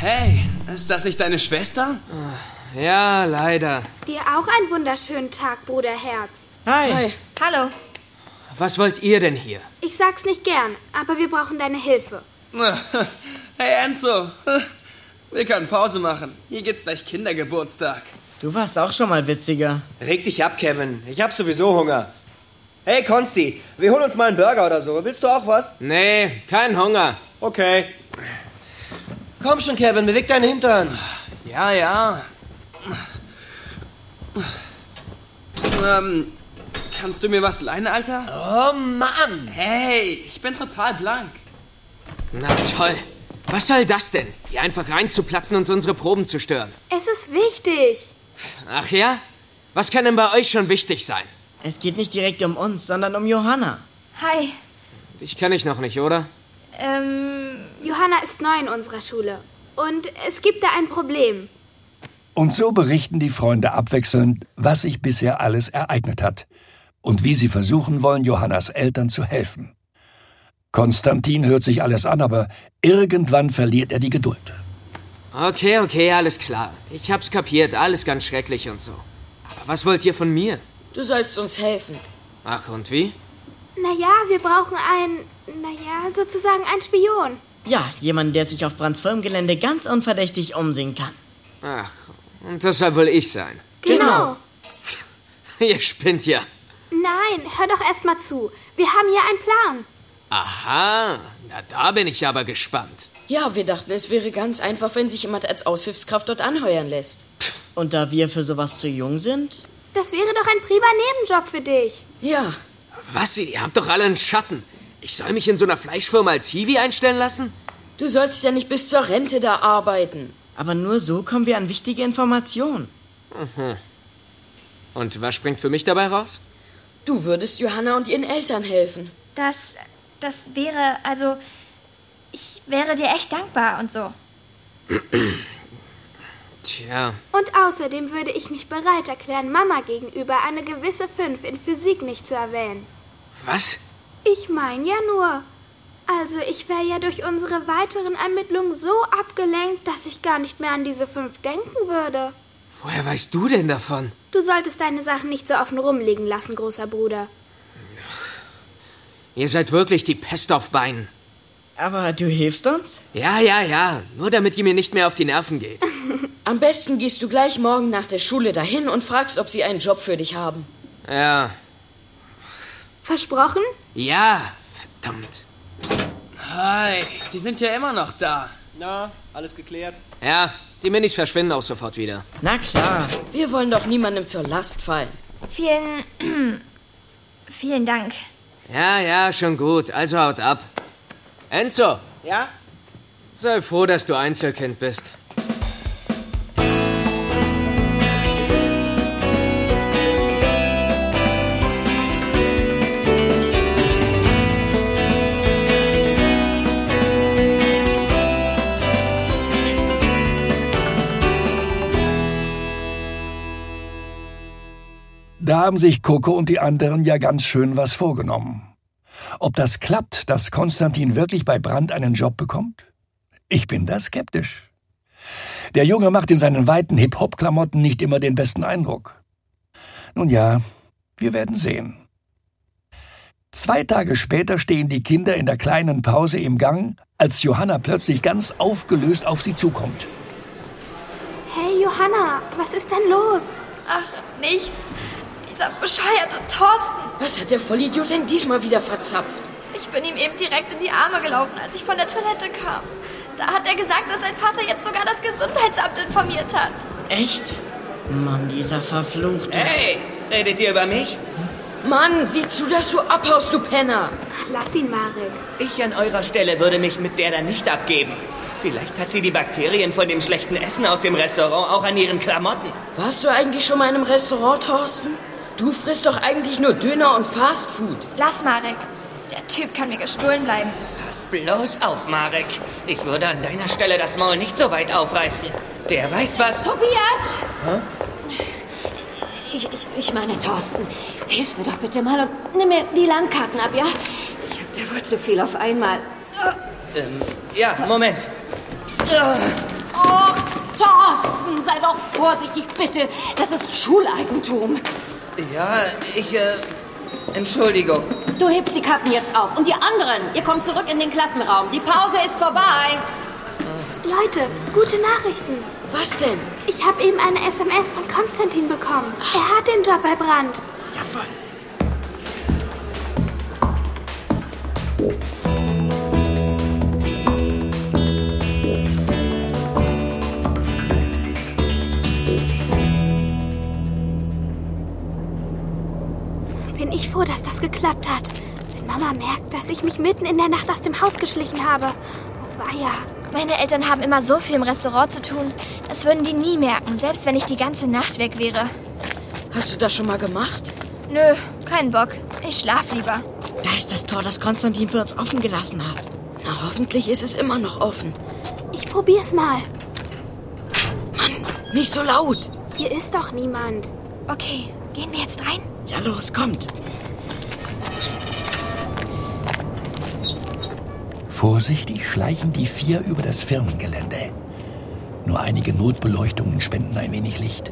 Hey, ist das nicht deine Schwester? Ah, Ja, leider. Dir auch einen wunderschönen Tag, Bruder Herz. Hi. Hi. Hallo. Was wollt ihr denn hier? Ich sag's nicht gern, aber wir brauchen deine Hilfe. Hey Enzo, wir können Pause machen. Hier gibt's gleich Kindergeburtstag. Du warst auch schon mal witziger. Reg dich ab, Kevin. Ich hab sowieso Hunger. Hey, Konsti, wir holen uns mal einen Burger oder so. Willst du auch was? Nee, kein Hunger. Okay. Komm schon, Kevin, beweg deinen Hintern. Ja, ja. Ähm, kannst du mir was leihen, Alter? Oh Mann! Hey, ich bin total blank. Na toll. Was soll das denn? Hier einfach reinzuplatzen und unsere Proben zu stören. Es ist wichtig. Ach ja? Was kann denn bei euch schon wichtig sein? Es geht nicht direkt um uns, sondern um Johanna. Hi. Dich kenne ich noch nicht, oder? Ähm, Johanna ist neu in unserer Schule. Und es gibt da ein Problem. Und so berichten die Freunde abwechselnd, was sich bisher alles ereignet hat und wie sie versuchen wollen, Johannas Eltern zu helfen. Konstantin hört sich alles an, aber irgendwann verliert er die Geduld. Okay, okay, alles klar. Ich hab's kapiert, alles ganz schrecklich und so. Aber was wollt ihr von mir? Du sollst uns helfen. Ach, und wie? Naja, wir brauchen einen, naja, sozusagen einen Spion. Ja, jemand, der sich auf Brands Firmengelände ganz unverdächtig umsehen kann. Ach, und das soll wohl ich sein. Genau. Ihr spinnt ja. Nein, hör doch erst mal zu. Wir haben hier einen Plan. Aha, na da bin ich aber gespannt. Ja, wir dachten, es wäre ganz einfach, wenn sich jemand als Aushilfskraft dort anheuern lässt. Und da wir für sowas zu jung sind? Das wäre doch ein prima Nebenjob für dich. Ja. Was, ihr habt doch alle einen Schatten. Ich soll mich in so einer Fleischfirma als Hiwi einstellen lassen? Du sollst ja nicht bis zur Rente da arbeiten. Aber nur so kommen wir an wichtige Informationen. Mhm. Und was springt für mich dabei raus? Du würdest Johanna und ihren Eltern helfen. Das, das wäre, also, ich wäre dir echt dankbar und so. Tja, Und außerdem würde ich mich bereit erklären, Mama gegenüber eine gewisse 5 in Physik nicht zu erwähnen. was? Ich meine ja nur. Also, ich wäre ja durch unsere weiteren Ermittlungen so abgelenkt, dass ich gar nicht mehr an diese 5 denken würde. Woher weißt du denn davon? Du solltest deine Sachen nicht so offen rumliegen lassen, großer Bruder. Ihr seid wirklich die Pest auf Beinen. Aber du hilfst uns? Ja, ja, ja. Nur damit ihr mir nicht mehr auf die Nerven geht. Am besten gehst du gleich morgen nach der Schule dahin und fragst, ob sie einen Job für dich haben. Ja. Versprochen? Ja, verdammt. Hi, die sind ja immer noch da. Na, alles geklärt? Ja, die Minis verschwinden auch sofort wieder. Na klar. Wir wollen doch niemandem zur Last fallen. Vielen, vielen Dank. Ja, ja, schon gut. Also haut ab. Enzo, Ja? sei froh, dass du Einzelkind bist. Da haben sich Coco und die anderen ja ganz schön was vorgenommen. Ob das klappt, dass Konstantin wirklich bei Brandt einen Job bekommt? Ich bin da skeptisch. Der Junge macht in seinen weiten Hip-Hop-Klamotten nicht immer den besten Eindruck. Nun ja, wir werden sehen. Zwei Tage später stehen die Kinder in der kleinen Pause im Gang, als Johanna plötzlich ganz aufgelöst auf sie zukommt. Hey, Johanna, was ist denn los? Ach, nichts. Dieser bescheuerte Thorsten. Was hat der Vollidiot denn diesmal wieder verzapft? Ich bin ihm eben direkt in die Arme gelaufen, als ich von der Toilette kam. Da hat er gesagt, dass sein Vater jetzt sogar das Gesundheitsamt informiert hat. Echt? Mann, dieser verfluchte. Hey, redet ihr über mich? Mann, sieh zu, dass du abhaust, du Penner. Lass ihn, Marek. Ich an eurer Stelle würde mich mit der da nicht abgeben. Vielleicht hat sie die Bakterien von dem schlechten Essen aus dem Restaurant auch an ihren Klamotten. Warst du eigentlich schon mal in einem Restaurant, Thorsten? Du frisst doch eigentlich nur Döner und Fastfood. Lass Marek. Der Typ kann mir gestohlen bleiben. Pass bloß auf, Marek. Ich würde an deiner Stelle das Maul nicht so weit aufreißen. Der weiß was. Tobias! Hä? Ich, ich, ich meine, Thorsten, hilf mir doch bitte mal und nimm mir die Landkarten ab, ja? Ich hab da wohl zu viel auf einmal. Ähm, ja, Moment. Oh, Thorsten, sei doch vorsichtig, bitte. Das ist Schuleigentum. Ja, ich, äh, Entschuldigung. Du hebst die Karten jetzt auf. Und die anderen, ihr kommt zurück in den Klassenraum. Die Pause ist vorbei. Leute, gute Nachrichten. Was denn? Ich habe eben eine SMS von Konstantin bekommen. Er hat den Job bei Brand. Jawohl. Bin ich froh, dass das geklappt hat. Wenn Mama merkt, dass ich mich mitten in der Nacht aus dem Haus geschlichen habe. Oh, weia. Meine Eltern haben immer so viel im Restaurant zu tun. Das würden die nie merken, selbst wenn ich die ganze Nacht weg wäre. Hast du das schon mal gemacht? Nö, kein Bock. Ich schlaf lieber. Da ist das Tor, das Konstantin für uns offen gelassen hat. Na, hoffentlich ist es immer noch offen. Ich probier's mal. Nicht so laut. Hier ist doch niemand. Okay, gehen wir jetzt rein? Ja, los, kommt. Vorsichtig schleichen die vier über das Firmengelände. Nur einige Notbeleuchtungen spenden ein wenig Licht.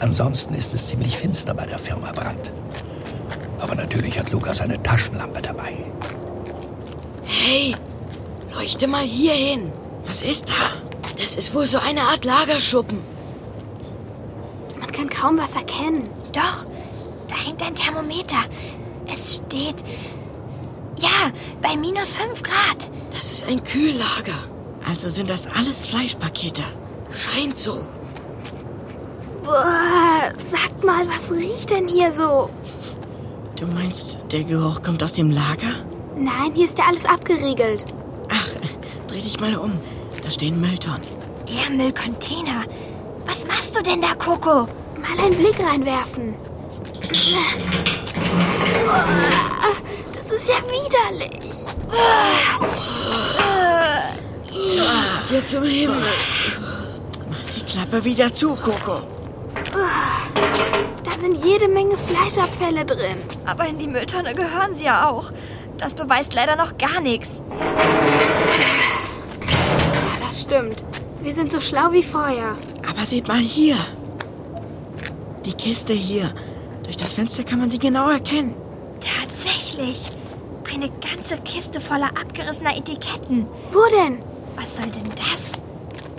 Ansonsten ist es ziemlich finster bei der Firma Brandt. Aber natürlich hat Lukas eine Taschenlampe dabei. Hey, leuchte mal hier hin. Was ist da? Das ist wohl so eine Art Lagerschuppen. Man kann kaum was erkennen. Doch, da hängt ein Thermometer. Es steht. Ja, bei minus 5 Grad. Das ist ein Kühllager. Also sind das alles Fleischpakete. Scheint so. Boah, sagt mal, was riecht denn hier so? Du meinst, der Geruch kommt aus dem Lager? Nein, hier ist ja alles abgeriegelt. Ach, dreh dich mal um. Da stehen Mülltonnen. Eher Müllcontainer. Was machst du denn da, Coco? Mal einen Blick reinwerfen. Boah, das ist ja widerlich. Ah. Dir zum Himmel. Ah. Mach die Klappe wieder zu, Coco. Da sind jede Menge Fleischabfälle drin. Aber in die Mülltonne gehören sie ja auch. Das beweist leider noch gar nichts. Ja, Ah, das stimmt. Wir sind so schlau wie vorher. Aber seht mal hier. Die Kiste hier. Durch das Fenster kann man sie genau erkennen. Tatsächlich. Eine ganze Kiste voller abgerissener Etiketten. Wo denn? Was soll denn das?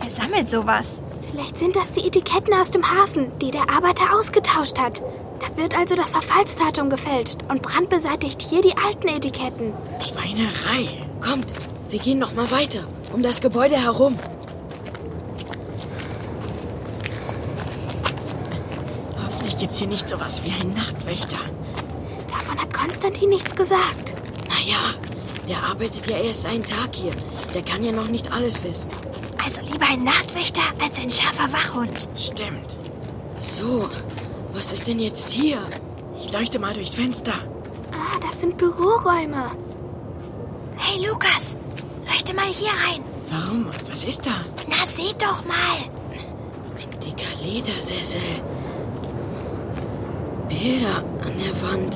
Wer sammelt sowas? Vielleicht sind das die Etiketten aus dem Hafen, die der Arbeiter ausgetauscht hat. Da wird also das Verfallsdatum gefälscht und Brand beseitigt hier die alten Etiketten. Schweinerei. Kommt, wir gehen noch mal weiter. Um das Gebäude herum. Hoffentlich gibt's hier nicht sowas wie einen Nachtwächter. Davon hat Konstantin nichts gesagt. Naja, der arbeitet ja erst einen Tag hier. Der kann ja noch nicht alles wissen. Also lieber ein Nachtwächter als ein scharfer Wachhund. Stimmt. So, was ist denn jetzt hier? Ich leuchte mal durchs Fenster. Ah, das sind Büroräume. Hey Lukas, leuchte mal hier rein. Warum? Was ist da? Na, seht doch mal. Ein dicker Ledersessel. Bilder an der Wand.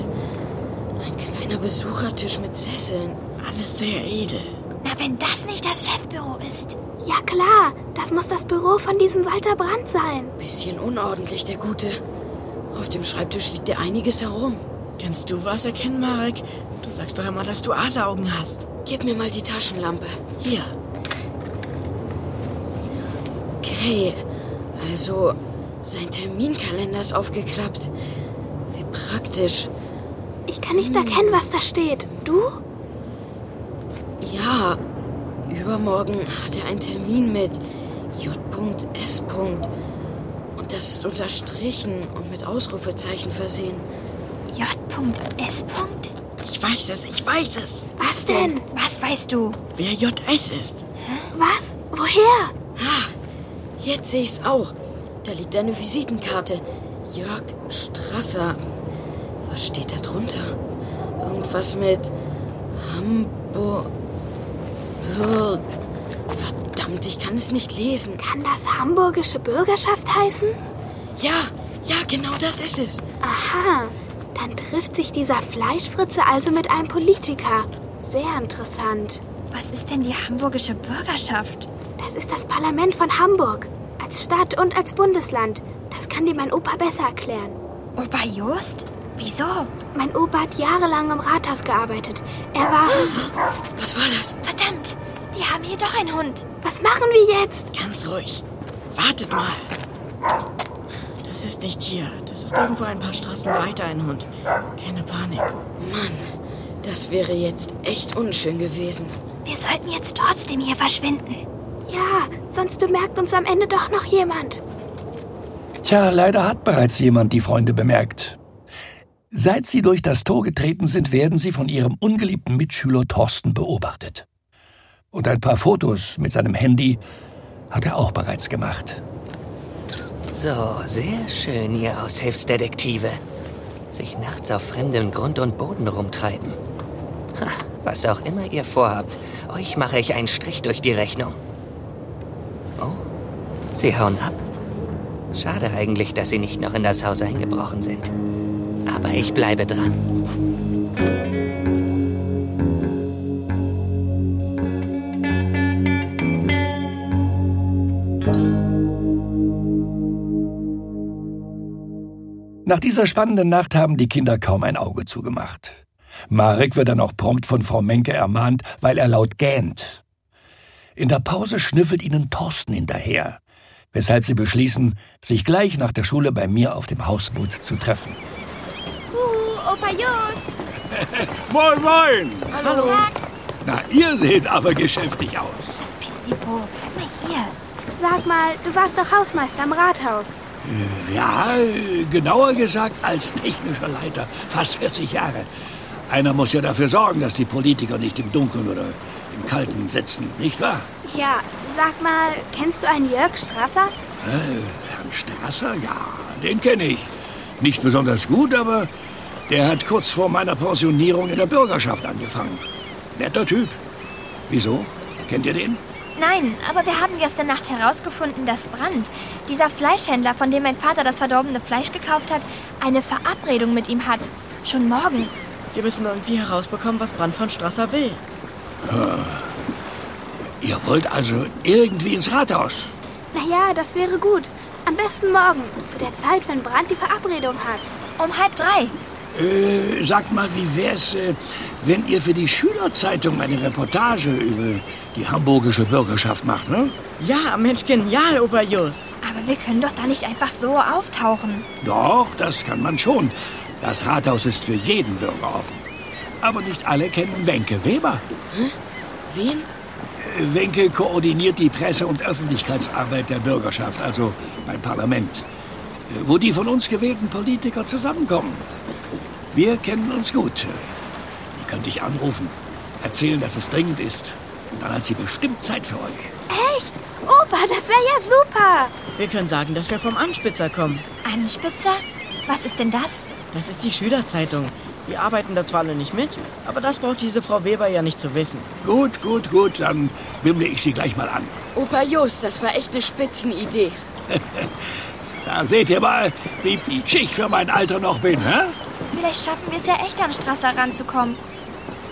Ein kleiner Besuchertisch mit Sesseln. Alles sehr edel. Na, wenn das nicht das Chefbüro ist. Ja klar, das muss das Büro von diesem Walter Brandt sein. Bisschen unordentlich, der Gute. Auf dem Schreibtisch liegt ja einiges herum. Kannst du was erkennen, Marek? Du sagst doch immer, dass du Adleraugen hast. Gib mir mal die Taschenlampe. Hier, Okay, also sein Terminkalender ist aufgeklappt. Wie praktisch. Hm. Ich kann nicht erkennen, was da steht. Du? Ja, übermorgen hat er einen Termin mit J.S. Und das ist unterstrichen und mit Ausrufezeichen versehen. J.S. ich weiß es, ich weiß es. Was denn? Was weißt du? Wer JS ist. Was? Woher? Ah, jetzt sehe ich's auch. Da liegt eine Visitenkarte. Jörg Strasser. Was steht da drunter? Irgendwas mit Hamburg. Verdammt, ich kann es nicht lesen. Kann das hamburgische Bürgerschaft heißen? Ja, Ja, genau das ist es. Aha, dann trifft sich dieser Fleischfritze also mit einem Politiker. Sehr interessant. Was ist denn die hamburgische Bürgerschaft? Das ist das Parlament von Hamburg. Als Stadt und als Bundesland. Das kann dir mein Opa besser erklären. Opa Just? Wieso? Mein Opa hat jahrelang im Rathaus gearbeitet. Er war. Was war das? Verdammt, die haben hier doch einen Hund. Was machen wir jetzt? Ganz ruhig. Wartet mal. Das ist nicht hier. Das ist irgendwo ein paar Straßen weiter ein Hund. Keine Panik. Mann, das wäre jetzt echt unschön gewesen. Wir sollten jetzt trotzdem hier verschwinden. Ja, sonst bemerkt uns am Ende doch noch jemand. Tja, leider hat bereits jemand die Freunde bemerkt. Seit sie durch das Tor getreten sind, werden sie von ihrem ungeliebten Mitschüler Thorsten beobachtet. Und ein paar Fotos mit seinem Handy hat er auch bereits gemacht. So, sehr schön, ihr Aushilfsdetektive. Sich nachts auf fremdem Grund und Boden rumtreiben. Ha, was auch immer ihr vorhabt, euch mache ich einen Strich durch die Rechnung. Oh, sie hauen ab. Schade eigentlich, dass sie nicht noch in das Haus eingebrochen sind. Aber ich bleibe dran. Nach dieser spannenden Nacht haben die Kinder kaum ein Auge zugemacht. Marek wird dann auch prompt von Frau Menke ermahnt, weil er laut gähnt. In der Pause schnüffelt ihnen Thorsten hinterher, weshalb sie beschließen, sich gleich nach der Schule bei mir auf dem Hausboot zu treffen. Uh, Opa Just! Moin, moin! Hallo. Na, ihr seht aber geschäftig aus. Pipipo, bleib mal hier. Sag mal, du warst doch Hausmeister im Rathaus. Ja, äh, genauer gesagt als technischer Leiter. Fast 40 Jahre. Einer muss ja dafür sorgen, dass die Politiker nicht im Dunkeln oder im Kalten sitzen, nicht wahr? Ja, sag mal, kennst du einen Jörg Strasser? Äh, Herrn Strasser? Ja, den kenne ich. Nicht besonders gut, aber der hat kurz vor meiner Pensionierung in der Bürgerschaft angefangen. Netter Typ. Wieso? Kennt ihr den? Nein, aber wir haben gestern Nacht herausgefunden, dass Brandt, dieser Fleischhändler, von dem mein Vater das verdorbene Fleisch gekauft hat, eine Verabredung mit ihm hat. Schon morgen. Wir müssen irgendwie herausbekommen, was Brand von Strasser will. Ah. Ihr wollt also irgendwie ins Rathaus? Naja, das wäre gut. Am besten morgen, zu der Zeit, wenn Brandt die Verabredung hat. Um halb drei. Äh, sagt mal, wie wär's, äh, wenn ihr für die Schülerzeitung eine Reportage über die hamburgische Bürgerschaft macht, ne? Ja, Mensch, genial, Opa Just. Aber wir können doch da nicht einfach so auftauchen. Doch, das kann man schon. Das Rathaus ist für jeden Bürger offen. Aber nicht alle kennen Wenke Weber. Wen? Äh, Wenke koordiniert die Presse- und Öffentlichkeitsarbeit der Bürgerschaft, also beim Parlament, äh, wo die von uns gewählten Politiker zusammenkommen. Wir kennen uns gut. Die könnte ich anrufen, erzählen, dass es dringend ist. Und dann hat sie bestimmt Zeit für euch. Echt? Opa, das wäre ja super. Wir können sagen, dass wir vom Anspitzer kommen. Anspitzer? Was ist denn das? Das ist die Schülerzeitung. Wir arbeiten da zwar alle nicht mit, aber das braucht diese Frau Weber ja nicht zu wissen. Gut, gut, gut, dann wimmle ich sie gleich mal an. Opa Just, das war echt eine Spitzenidee. Da seht ihr mal, wie pietschig ich für mein Alter noch bin, hä? Vielleicht schaffen wir es ja echt an Strasser ranzukommen.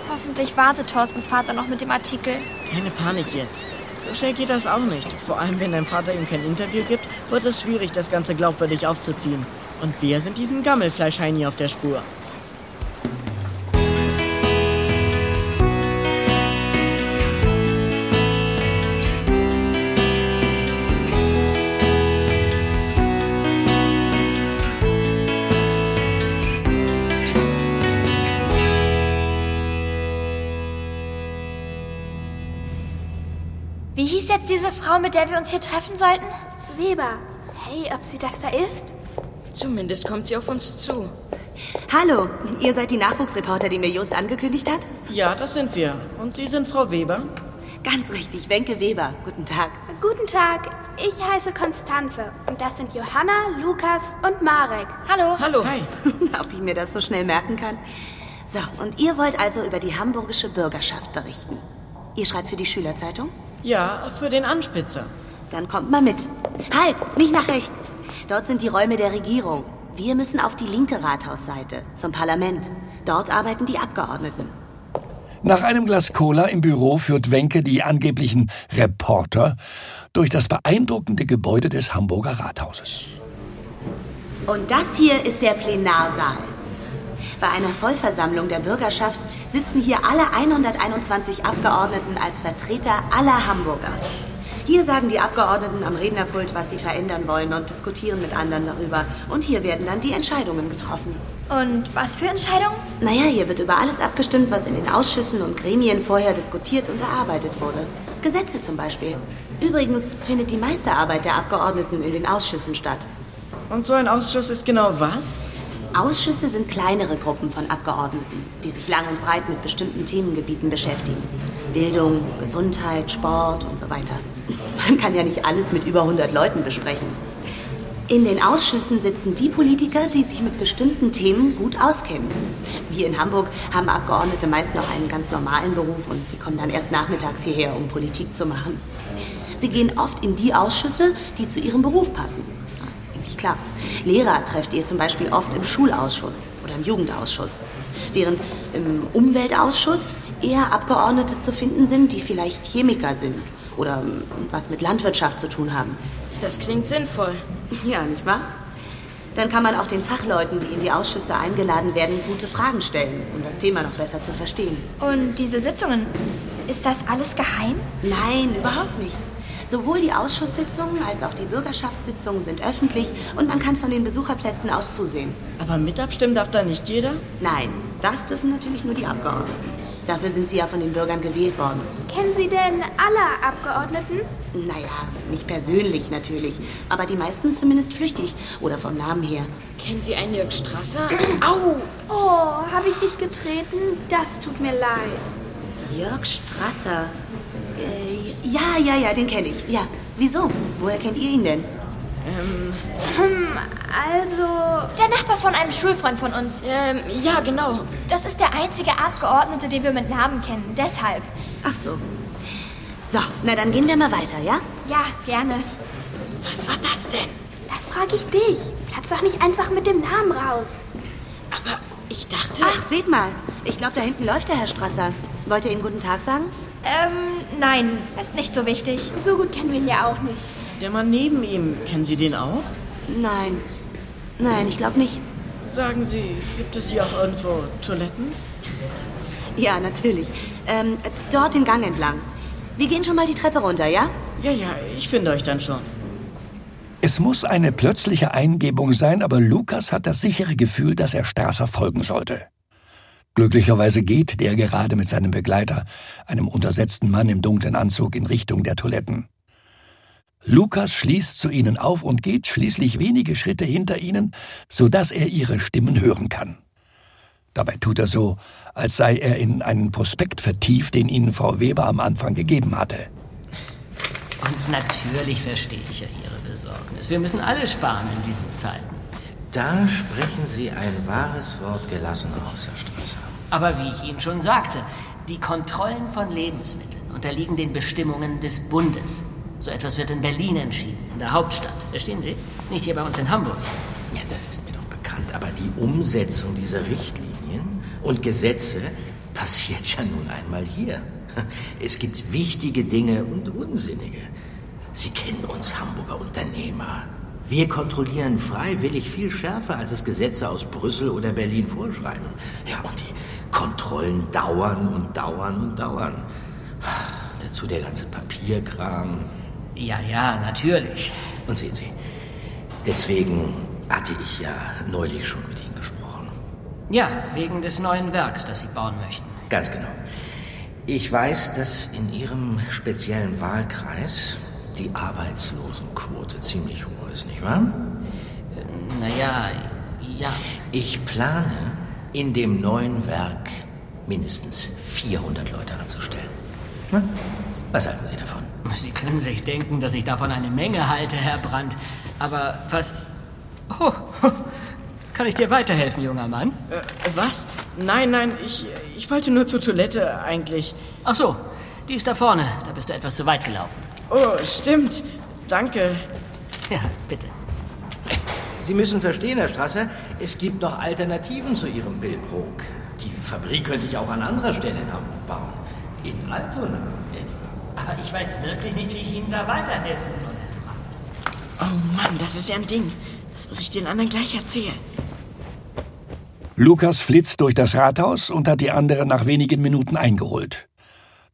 Hoffentlich wartet Thorstens Vater noch mit dem Artikel. Keine Panik jetzt. So schnell geht das auch nicht. Vor allem, wenn dein Vater ihm kein Interview gibt, wird es schwierig, das Ganze glaubwürdig aufzuziehen. Und wir sind diesem Gammelfleischheini auf der Spur. Wie hieß jetzt diese Frau, mit der wir uns hier treffen sollten? Weber, hey, ob sie das da ist? Zumindest kommt sie auf uns zu. Hallo, ihr seid die Nachwuchsreporter, die mir Just angekündigt hat? Ja, das sind wir. Und Sie sind Frau Weber? Ganz richtig, Wenke Weber. Guten Tag. Guten Tag, ich heiße Konstanze und das sind Johanna, Lukas und Marek. Hallo. Hallo. Hi. Ob ich mir das so schnell merken kann. So, und ihr wollt also über die hamburgische Bürgerschaft berichten. Ihr schreibt für die Schülerzeitung? Ja, für den Anspitzer. Dann kommt mal mit. Halt, nicht nach rechts. Dort sind die Räume der Regierung. Wir müssen auf die linke Rathausseite, zum Parlament. Dort arbeiten die Abgeordneten. Nach einem Glas Cola im Büro führt Wenke die angeblichen Reporter durch das beeindruckende Gebäude des Hamburger Rathauses. Und das hier ist der Plenarsaal. Bei einer Vollversammlung der Bürgerschaft sitzen hier alle 121 Abgeordneten als Vertreter aller Hamburger. Hier sagen die Abgeordneten am Rednerpult, was sie verändern wollen und diskutieren mit anderen darüber. Und hier werden dann die Entscheidungen getroffen. Und was für Entscheidungen? Naja, hier wird über alles abgestimmt, was in den Ausschüssen und Gremien vorher diskutiert und erarbeitet wurde. Gesetze zum Beispiel. Übrigens findet die meiste Arbeit der Abgeordneten in den Ausschüssen statt. Und so ein Ausschuss ist genau was? Ausschüsse sind kleinere Gruppen von Abgeordneten, die sich lang und breit mit bestimmten Themengebieten beschäftigen. Bildung, Gesundheit, Sport und so weiter. Man kann ja nicht alles mit über 100 Leuten besprechen. In den Ausschüssen sitzen die Politiker, die sich mit bestimmten Themen gut auskennen. Wir in Hamburg haben Abgeordnete meist noch einen ganz normalen Beruf und die kommen dann erst nachmittags hierher, um Politik zu machen. Sie gehen oft in die Ausschüsse, die zu ihrem Beruf passen. Das ist eigentlich klar. Lehrer trefft ihr zum Beispiel oft im Schulausschuss oder im Jugendausschuss. Während im Umweltausschuss eher Abgeordnete zu finden sind, die vielleicht Chemiker sind oder ähm, was mit Landwirtschaft zu tun haben. Das klingt sinnvoll. Ja, nicht wahr? Dann kann man auch den Fachleuten, die in die Ausschüsse eingeladen werden, gute Fragen stellen, um das Thema noch besser zu verstehen. Und diese Sitzungen, ist das alles geheim? Nein, überhaupt nicht. Sowohl die Ausschusssitzungen als auch die Bürgerschaftssitzungen sind öffentlich und man kann von den Besucherplätzen aus zusehen. Aber mitabstimmen darf da nicht jeder? Nein, das dürfen natürlich nur die Abgeordneten. Dafür sind sie ja von den Bürgern gewählt worden. Kennen Sie denn alle Abgeordneten? Naja, nicht persönlich natürlich, aber die meisten zumindest flüchtig oder vom Namen her. Kennen Sie einen Jörg Strasser? Au! Oh, habe ich dich getreten? Das tut mir leid. Jörg Strasser. Äh, ja, ja, ja, den kenne ich. Ja, wieso? Woher kennt ihr ihn denn? Ähm. Hm, Also. Der Nachbar von einem Schulfreund von uns. Ähm, ja, genau. Das ist der einzige Abgeordnete, den wir mit Namen kennen. Deshalb. Ach so. So, na dann gehen wir mal weiter, ja? Ja, gerne. Was war das denn? Das frage ich dich. Platz doch nicht einfach mit dem Namen raus. Aber ich dachte. Ach, seht mal. Ich glaube, da hinten läuft der Herr Strasser. Wollt ihr ihm guten Tag sagen? Ähm, nein, ist nicht so wichtig. So gut kennen wir ihn ja auch nicht. Der Mann neben ihm, kennen Sie den auch? Nein. Nein, ich glaube nicht. Sagen Sie, gibt es hier auch irgendwo Toiletten? Ja, natürlich. Ähm, dort den Gang entlang. Wir gehen schon mal die Treppe runter, ja? Ja, ja, ich finde euch dann schon. Es muss eine plötzliche Eingebung sein, aber Lukas hat das sichere Gefühl, dass er Strasser folgen sollte. Glücklicherweise geht der gerade mit seinem Begleiter, einem untersetzten Mann im dunklen Anzug, in Richtung der Toiletten. Lukas schließt zu ihnen auf und geht schließlich wenige Schritte hinter ihnen, so dass er ihre Stimmen hören kann. Dabei tut er so, als sei er in einen Prospekt vertieft, den ihnen Frau Weber am Anfang gegeben hatte. Und natürlich verstehe ich ja Ihre Besorgnis. Wir müssen alle sparen in diesen Zeiten. Da sprechen Sie ein wahres Wort gelassen aus, Herr Strasser. Aber wie ich Ihnen schon sagte, die Kontrollen von Lebensmitteln unterliegen den Bestimmungen des Bundes. So etwas wird in Berlin entschieden, in der Hauptstadt. Verstehen Sie? Nicht hier bei uns in Hamburg. Ja, das ist mir doch bekannt, aber die Umsetzung dieser Richtlinien und Gesetze passiert ja nun einmal hier. Es gibt wichtige Dinge und unsinnige. Sie kennen uns Hamburger Unternehmer. Wir kontrollieren freiwillig viel schärfer, als es Gesetze aus Brüssel oder Berlin vorschreiben. Ja, und die Kontrollen dauern und dauern und dauern. Dazu der ganze Papierkram. Ja, ja, natürlich. Und sehen Sie, deswegen hatte ich ja neulich schon mit Ihnen gesprochen. Ja, wegen des neuen Werks, das Sie bauen möchten. Ganz genau. Ich weiß, dass in Ihrem speziellen Wahlkreis die Arbeitslosenquote ziemlich hoch ist, nicht wahr? Naja, ja. Ich plane, in dem neuen Werk mindestens 400 Leute anzustellen. Na, was halten Sie davon? Sie können sich denken, dass ich davon eine Menge halte, Herr Brandt. Aber was. Oh, kann ich dir weiterhelfen, junger Mann? Äh, was? Nein, nein, ich, ich wollte nur zur Toilette eigentlich. Ach so, die ist da vorne. Da bist du etwas zu weit gelaufen. Oh, stimmt. Danke. Ja, bitte. Sie müssen verstehen, Herr Strasser, es gibt noch Alternativen zu Ihrem Bildbrook. Die Fabrik könnte ich auch an anderer Stelle in Hamburg bauen. In Altona etwa. Aber ich weiß wirklich nicht, wie ich Ihnen da weiterhelfen soll. Oh Mann, das ist ja ein Ding. Das muss ich den anderen gleich erzählen. Lukas flitzt durch das Rathaus und hat die anderen nach wenigen Minuten eingeholt.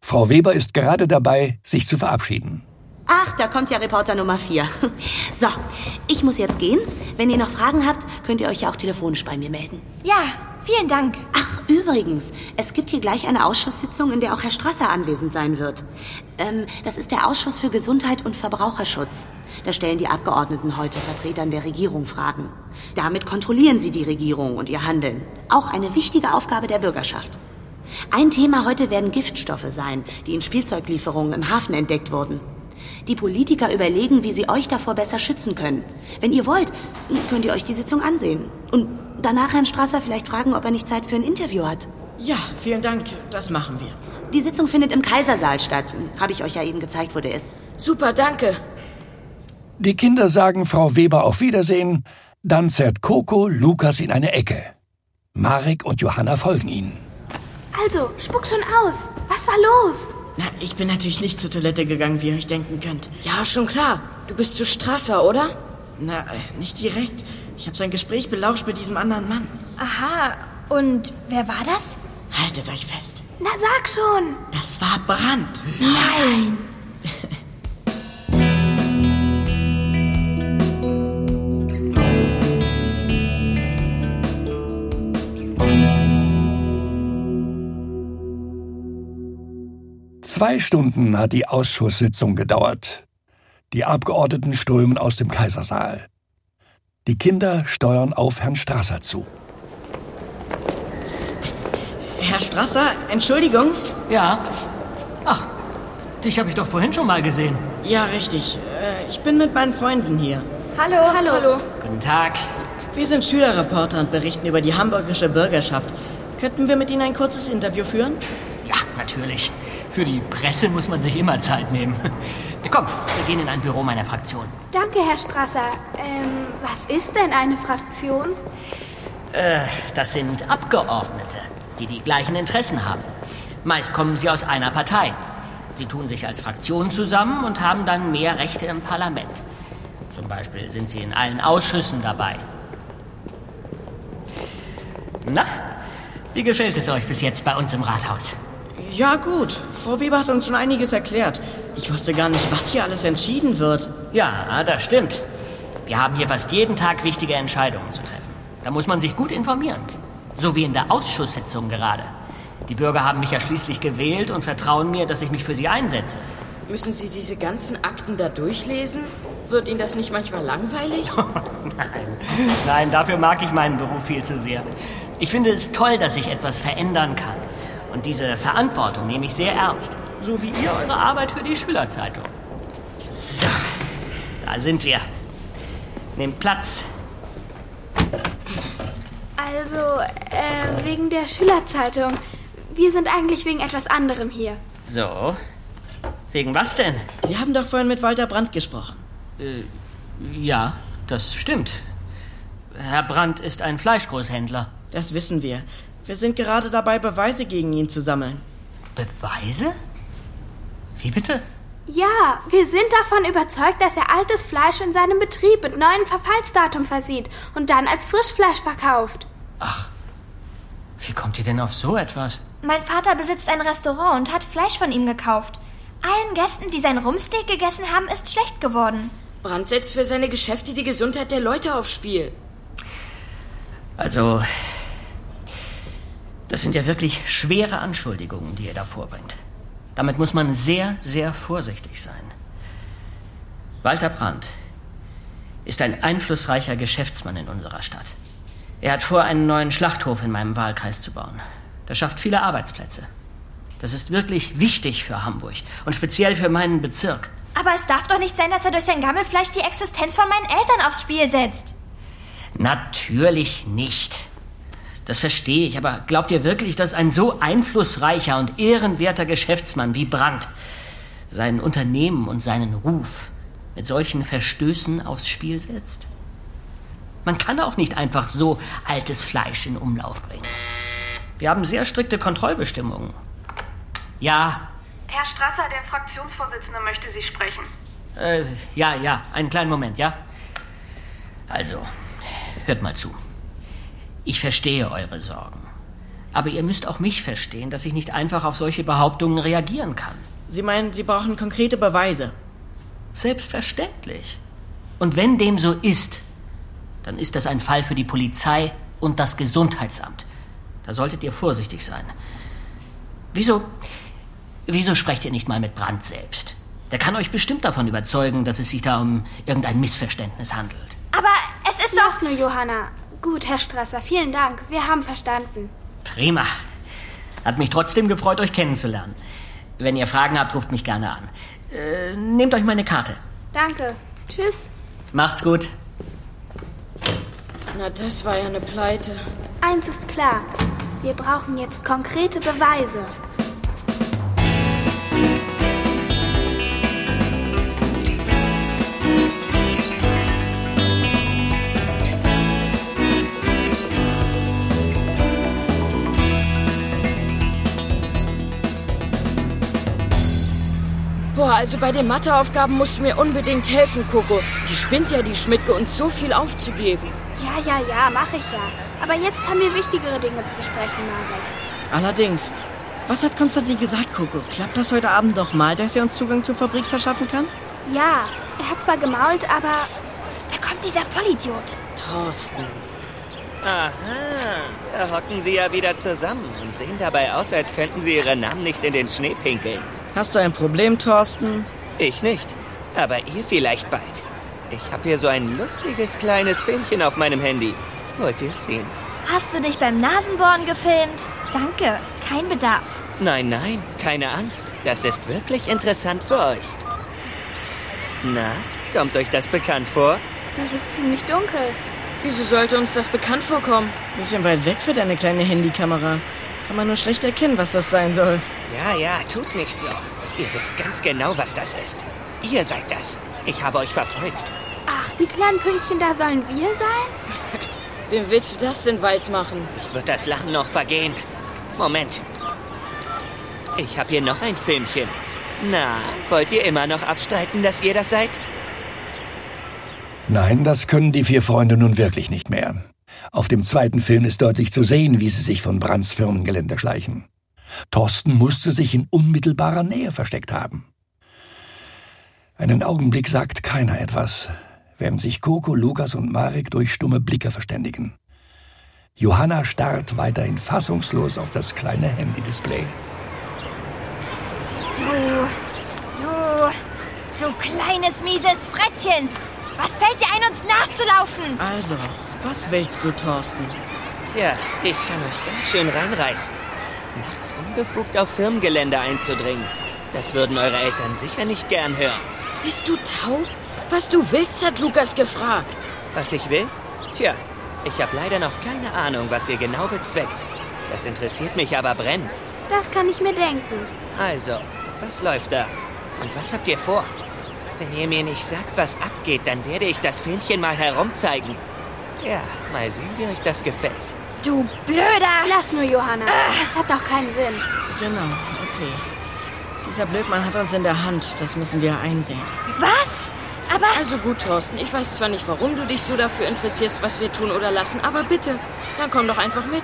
Frau Weber ist gerade dabei, sich zu verabschieden. Ach, da kommt ja Reporter Nummer 4. So, ich muss jetzt gehen. Wenn ihr noch Fragen habt, könnt ihr euch ja auch telefonisch bei mir melden. Ja, vielen Dank. Ach, übrigens, es gibt hier gleich eine Ausschusssitzung, in der auch Herr Strasser anwesend sein wird. Ähm, das ist der Ausschuss für Gesundheit und Verbraucherschutz. Da stellen die Abgeordneten heute Vertretern der Regierung Fragen. Damit kontrollieren sie die Regierung und ihr Handeln. Auch eine wichtige Aufgabe der Bürgerschaft. Ein Thema heute werden Giftstoffe sein, die in Spielzeuglieferungen im Hafen entdeckt wurden. Die Politiker überlegen, wie sie euch davor besser schützen können. Wenn ihr wollt, könnt ihr euch die Sitzung ansehen. Und danach Herrn Strasser vielleicht fragen, ob er nicht Zeit für ein Interview hat. Ja, vielen Dank. Das machen wir. Die Sitzung findet im Kaisersaal statt. Habe ich euch ja eben gezeigt, wo der ist. Super, danke. Die Kinder sagen Frau Weber auf Wiedersehen, dann zerrt Coco Lukas in eine Ecke. Marek und Johanna folgen ihnen. Also, spuck schon aus. Was war los? Na, ich bin natürlich nicht zur Toilette gegangen, wie ihr euch denken könnt. Ja, schon klar. Du bist zu Strasser, oder? Na, äh, nicht direkt. Ich habe sein Gespräch belauscht mit diesem anderen Mann. Aha, und wer war das? Haltet euch fest. Na, sag schon. Das war Brand. Nein. Zwei Stunden hat die Ausschusssitzung gedauert. Die Abgeordneten strömen aus dem Kaisersaal. Die Kinder steuern auf Herrn Strasser zu. Herr Strasser, Entschuldigung? Ja. Ach, dich habe ich doch vorhin schon mal gesehen. Ja, richtig. Äh, Ich bin mit meinen Freunden hier. Hallo, hallo. Guten Tag. Wir sind Schülerreporter und berichten über die hamburgische Bürgerschaft. Könnten wir mit Ihnen ein kurzes Interview führen? Ja, natürlich. Für die Presse muss man sich immer Zeit nehmen. Komm, wir gehen in ein Büro meiner Fraktion. Danke, Herr Strasser. Ähm, was ist denn eine Fraktion? Äh, das sind Abgeordnete, die die gleichen Interessen haben. Meist kommen sie aus einer Partei. Sie tun sich als Fraktion zusammen und haben dann mehr Rechte im Parlament. Zum Beispiel sind sie in allen Ausschüssen dabei. Na, wie gefällt es euch bis jetzt bei uns im Rathaus? Ja, gut. Frau Weber hat uns schon einiges erklärt. Ich wusste gar nicht, was hier alles entschieden wird. Ja, das stimmt. Wir haben hier fast jeden Tag wichtige Entscheidungen zu treffen. Da muss man sich gut informieren. So wie in der Ausschusssitzung gerade. Die Bürger haben mich ja schließlich gewählt und vertrauen mir, dass ich mich für sie einsetze. Müssen Sie diese ganzen Akten da durchlesen? Wird Ihnen das nicht manchmal langweilig? Nein. Nein, dafür mag ich meinen Beruf viel zu sehr. Ich finde es toll, dass ich etwas verändern kann. Und diese Verantwortung nehme ich sehr ernst. So wie ihr eure Arbeit für die Schülerzeitung. So, da sind wir. Nehmt Platz. Also, äh, wegen der Schülerzeitung. Wir sind eigentlich wegen etwas anderem hier. So. Wegen was denn? Sie haben doch vorhin mit Walter Brandt gesprochen. Äh, ja, das stimmt. Herr Brandt ist ein Fleischgroßhändler. Das wissen wir. Wir sind gerade dabei, Beweise gegen ihn zu sammeln. Beweise? Wie bitte? Ja, wir sind davon überzeugt, dass er altes Fleisch in seinem Betrieb mit neuem Verfallsdatum versieht und dann als Frischfleisch verkauft. Wie kommt ihr denn auf so etwas? Mein Vater besitzt ein Restaurant und hat Fleisch von ihm gekauft. Allen Gästen, die sein Rumsteak gegessen haben, ist schlecht geworden. Brandt setzt für seine Geschäfte die Gesundheit der Leute aufs Spiel. Also, das sind ja wirklich schwere Anschuldigungen, die ihr da vorbringt. Damit muss man sehr, sehr vorsichtig sein. Walter Brandt ist ein einflussreicher Geschäftsmann in unserer Stadt. Er hat vor, einen neuen Schlachthof in meinem Wahlkreis zu bauen. Das schafft viele Arbeitsplätze. Das ist wirklich wichtig für Hamburg und speziell für meinen Bezirk. Aber es darf doch nicht sein, dass er durch sein Gammelfleisch die Existenz von meinen Eltern aufs Spiel setzt. Natürlich nicht. Das verstehe ich, aber glaubt ihr wirklich, dass ein so einflussreicher und ehrenwerter Geschäftsmann wie Brandt sein Unternehmen und seinen Ruf mit solchen Verstößen aufs Spiel setzt? Man kann auch nicht einfach so altes Fleisch in Umlauf bringen. Wir haben sehr strikte Kontrollbestimmungen. Ja, Herr Strasser, der Fraktionsvorsitzende möchte Sie sprechen. äh, ja, ja, einen kleinen Moment, ja? Also, hört mal zu. Ich verstehe eure Sorgen. Aber ihr müsst auch mich verstehen, dass ich nicht einfach auf solche Behauptungen reagieren kann. Sie meinen, Sie brauchen konkrete Beweise. Selbstverständlich. Und wenn dem so ist, dann ist das ein Fall für die Polizei und das Gesundheitsamt. Da solltet ihr vorsichtig sein. Wieso? Wieso sprecht ihr nicht mal mit Brandt selbst? Der kann euch bestimmt davon überzeugen, dass es sich da um irgendein Missverständnis handelt. Aber es ist doch nur, Johanna. Gut, Herr Strasser, vielen Dank. Wir haben verstanden. Prima. Hat mich trotzdem gefreut, euch kennenzulernen. Wenn ihr Fragen habt, ruft mich gerne an. Äh, nehmt euch meine Karte. Danke. Tschüss. Macht's gut. Na, das war ja eine Pleite. Eins ist klar. Wir brauchen jetzt konkrete Beweise. Boah, also bei den Matheaufgaben musst du mir unbedingt helfen, Coco. Die spinnt ja, die Schmidtke, uns so viel aufzugeben. Ja, ja, ja, mache ich ja. Aber jetzt haben wir wichtigere Dinge zu besprechen, Marek. Allerdings, was hat Konstantin gesagt, Coco? Klappt das heute Abend noch mal, dass er uns Zugang zur Fabrik verschaffen kann? Ja, er hat zwar gemault, aber. da kommt dieser Vollidiot. Thorsten. Aha, da hocken sie ja wieder zusammen und sehen dabei aus, als könnten sie ihre Namen nicht in den Schnee pinkeln. Hast du ein Problem, Thorsten? Ich nicht, aber ihr vielleicht bald. Ich habe hier so ein lustiges kleines Filmchen auf meinem Handy. Wollt ihr es sehen? Hast du dich beim Nasenbohren gefilmt? Danke, kein Bedarf. Nein, nein, keine Angst. Das ist wirklich interessant für euch. Na, kommt euch das bekannt vor? Das ist ziemlich dunkel. Wieso sollte uns das bekannt vorkommen? Bisschen weit weg für deine kleine Handykamera. Kann man nur schlecht erkennen, was das sein soll. Ja, ja, tut nicht so. Ihr wisst ganz genau, was das ist. Ihr seid das. Ich habe euch verfolgt. Ach, die kleinen Pünktchen, da sollen wir sein? Wem willst du das denn weismachen? Wird das Lachen noch vergehen? Moment. Ich habe hier noch ein Filmchen. Na, wollt ihr immer noch abstreiten, dass ihr das seid? Nein, das können die vier Freunde nun wirklich nicht mehr. Auf dem zweiten Film ist deutlich zu sehen, wie sie sich von Brands Firmengelände schleichen. Thorsten musste sich in unmittelbarer Nähe versteckt haben. Einen Augenblick sagt keiner etwas, während sich Coco, Lukas und Marek durch stumme Blicke verständigen. Johanna starrt weiterhin fassungslos auf das kleine Handy-Display. Du, du, du kleines mieses Frettchen. Was fällt dir ein, uns nachzulaufen? Also, was willst du, Thorsten? Tja, ich kann euch ganz schön reinreißen. Nachts unbefugt auf Firmengelände einzudringen. Das würden eure Eltern sicher nicht gern hören. Bist du taub? Was du willst, hat Lukas gefragt. Was ich will? Tja, ich habe leider noch keine Ahnung, was ihr genau bezweckt. Das interessiert mich aber brennend. Das kann ich mir denken. Also, was läuft da? Und was habt ihr vor? Wenn ihr mir nicht sagt, was abgeht, dann werde ich das Filmchen mal herumzeigen. Ja, mal sehen, wie euch das gefällt. Du Blöder! Lass nur, Johanna. Ah. Das hat doch keinen Sinn. Genau, okay. Dieser Blödmann hat uns in der Hand, das müssen wir einsehen. Was? Aber. Also gut, Thorsten, ich weiß zwar nicht, warum du dich so dafür interessierst, was wir tun oder lassen, aber bitte, dann komm doch einfach mit.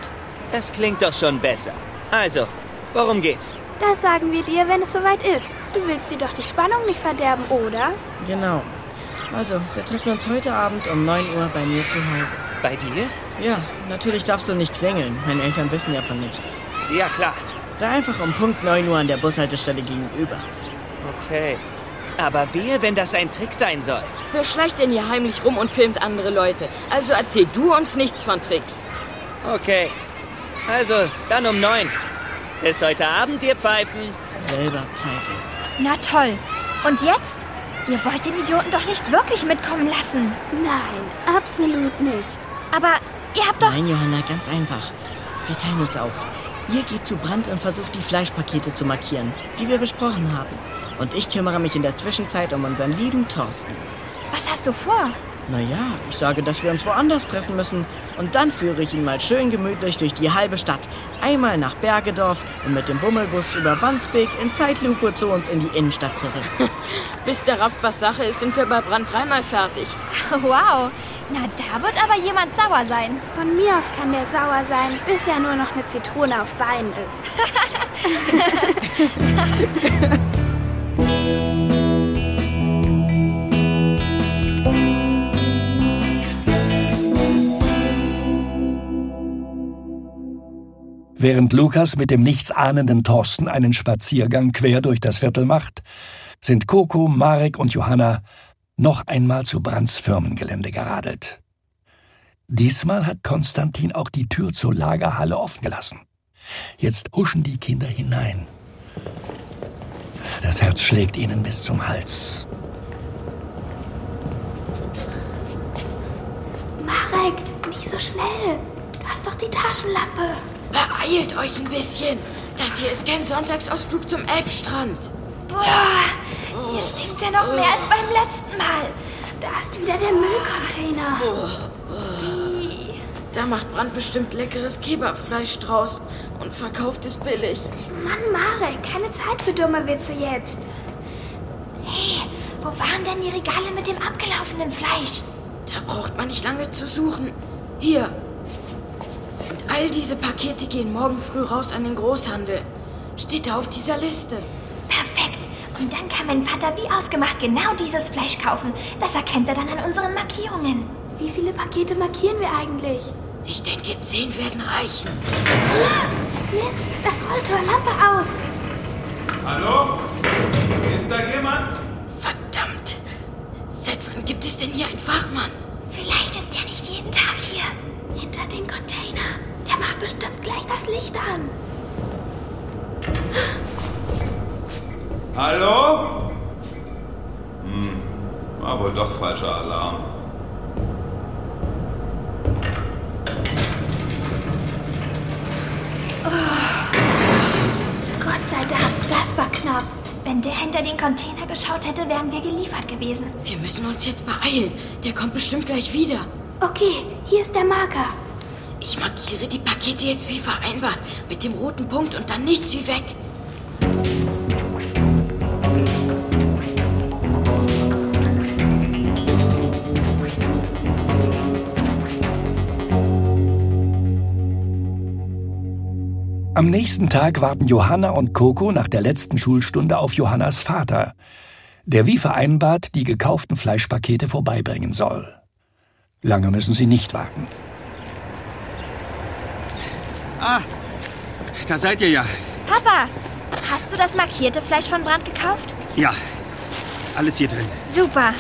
Das klingt doch schon besser. Also, worum geht's? Das sagen wir dir, wenn es soweit ist. Du willst dir doch die Spannung nicht verderben, oder? Genau. Also, wir treffen uns heute Abend um 9 Uhr bei mir zu Hause. Bei dir? Ja, natürlich darfst du nicht quengeln. Meine Eltern wissen ja von nichts. Ja, klar. Sei einfach um Punkt 9 Uhr an der Bushaltestelle gegenüber. Okay. Aber wehe, wenn das ein Trick sein soll. Wer schleicht denn hier heimlich rum und filmt andere Leute? Also erzähl du uns nichts von Tricks. Okay. Also, dann um neun. Bis heute Abend, ihr Pfeifen. Selber pfeifen. Na toll. Und jetzt? Ihr wollt den Idioten doch nicht wirklich mitkommen lassen. Nein, absolut nicht. Aber ihr habt doch. Nein, Johanna, ganz einfach. Wir teilen uns auf. Ihr geht zu Brand und versucht, die Fleischpakete zu markieren, wie wir besprochen haben. Und ich kümmere mich in der Zwischenzeit um unseren lieben Thorsten. Was hast du vor? Naja, ich sage, dass wir uns woanders treffen müssen. Und dann führe ich ihn mal schön gemütlich durch die halbe Stadt. Einmal nach Bergedorf und mit dem Bummelbus über Wandsbek in Zeitlupe zu uns in die Innenstadt zurück. Bis der Raft was Sache ist, sind wir bei Brand dreimal fertig. Wow, na da wird aber jemand sauer sein. Von mir aus kann der sauer sein, bis er nur noch eine Zitrone auf Beinen ist. Während Lukas mit dem nichtsahnenden Thorsten einen Spaziergang quer durch das Viertel macht, sind Coco, Marek und Johanna noch einmal zu Brands Firmengelände geradelt. Diesmal hat Konstantin auch die Tür zur Lagerhalle offen gelassen. Jetzt huschen die Kinder hinein. Das Herz schlägt ihnen bis zum Hals. Marek, nicht so schnell. Du hast doch die Taschenlampe. Beeilt euch ein bisschen. Das hier ist kein Sonntagsausflug zum Elbstrand. Boah, hier stinkt's ja noch mehr als beim letzten Mal. Da ist wieder der Müllcontainer. Da macht Brand bestimmt leckeres Kebabfleisch draus und verkauft es billig. Mann, Marek, keine Zeit für dumme Witze jetzt. Hey, wo waren denn die Regale mit dem abgelaufenen Fleisch? Da braucht man nicht lange zu suchen. Hier. Und all diese Pakete gehen morgen früh raus an den Großhandel. Steht da auf dieser Liste. Perfekt. Und dann kann mein Vater wie ausgemacht genau dieses Fleisch kaufen. Das erkennt er dann an unseren Markierungen. Wie viele Pakete markieren wir eigentlich? Ich denke, zehn werden reichen. Mist, das Rolltor, Lampe aus. Hallo? Ist da jemand? Verdammt. Seit wann gibt es denn hier einen Fachmann? Vielleicht ist der nicht jeden Tag hier. Hinter den Container. Der macht bestimmt gleich das Licht an. Hallo? Hm, war wohl doch falscher Alarm. Gott sei Dank, das war knapp. Wenn der hinter den Container geschaut hätte, wären wir geliefert gewesen. Wir müssen uns jetzt beeilen. Der kommt bestimmt gleich wieder. Okay, hier ist der Marker. Ich markiere die Pakete jetzt wie vereinbart. Mit dem roten Punkt und dann nichts wie weg. Am nächsten Tag warten Johanna und Coco nach der letzten Schulstunde auf Johannas Vater, der wie vereinbart die gekauften Fleischpakete vorbeibringen soll. Lange müssen sie nicht warten. Ah, da seid ihr ja. Papa, hast du das markierte Fleisch von Brand gekauft? Ja, alles hier drin. Super.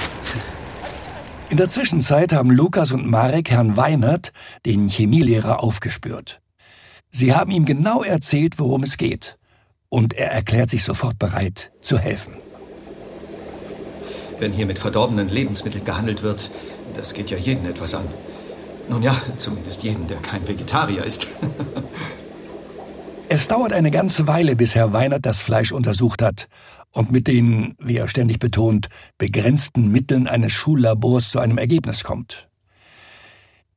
In der Zwischenzeit haben Lukas und Marek Herrn Weinert, den Chemielehrer, aufgespürt. Sie haben ihm genau erzählt, worum es geht. Und er erklärt sich sofort bereit, zu helfen. Wenn hier mit verdorbenen Lebensmitteln gehandelt wird, das geht ja jeden etwas an. Nun ja, zumindest jeden, der kein Vegetarier ist. Es dauert eine ganze Weile, bis Herr Weinert das Fleisch untersucht hat und mit den, wie er ständig betont, begrenzten Mitteln eines Schullabors zu einem Ergebnis kommt.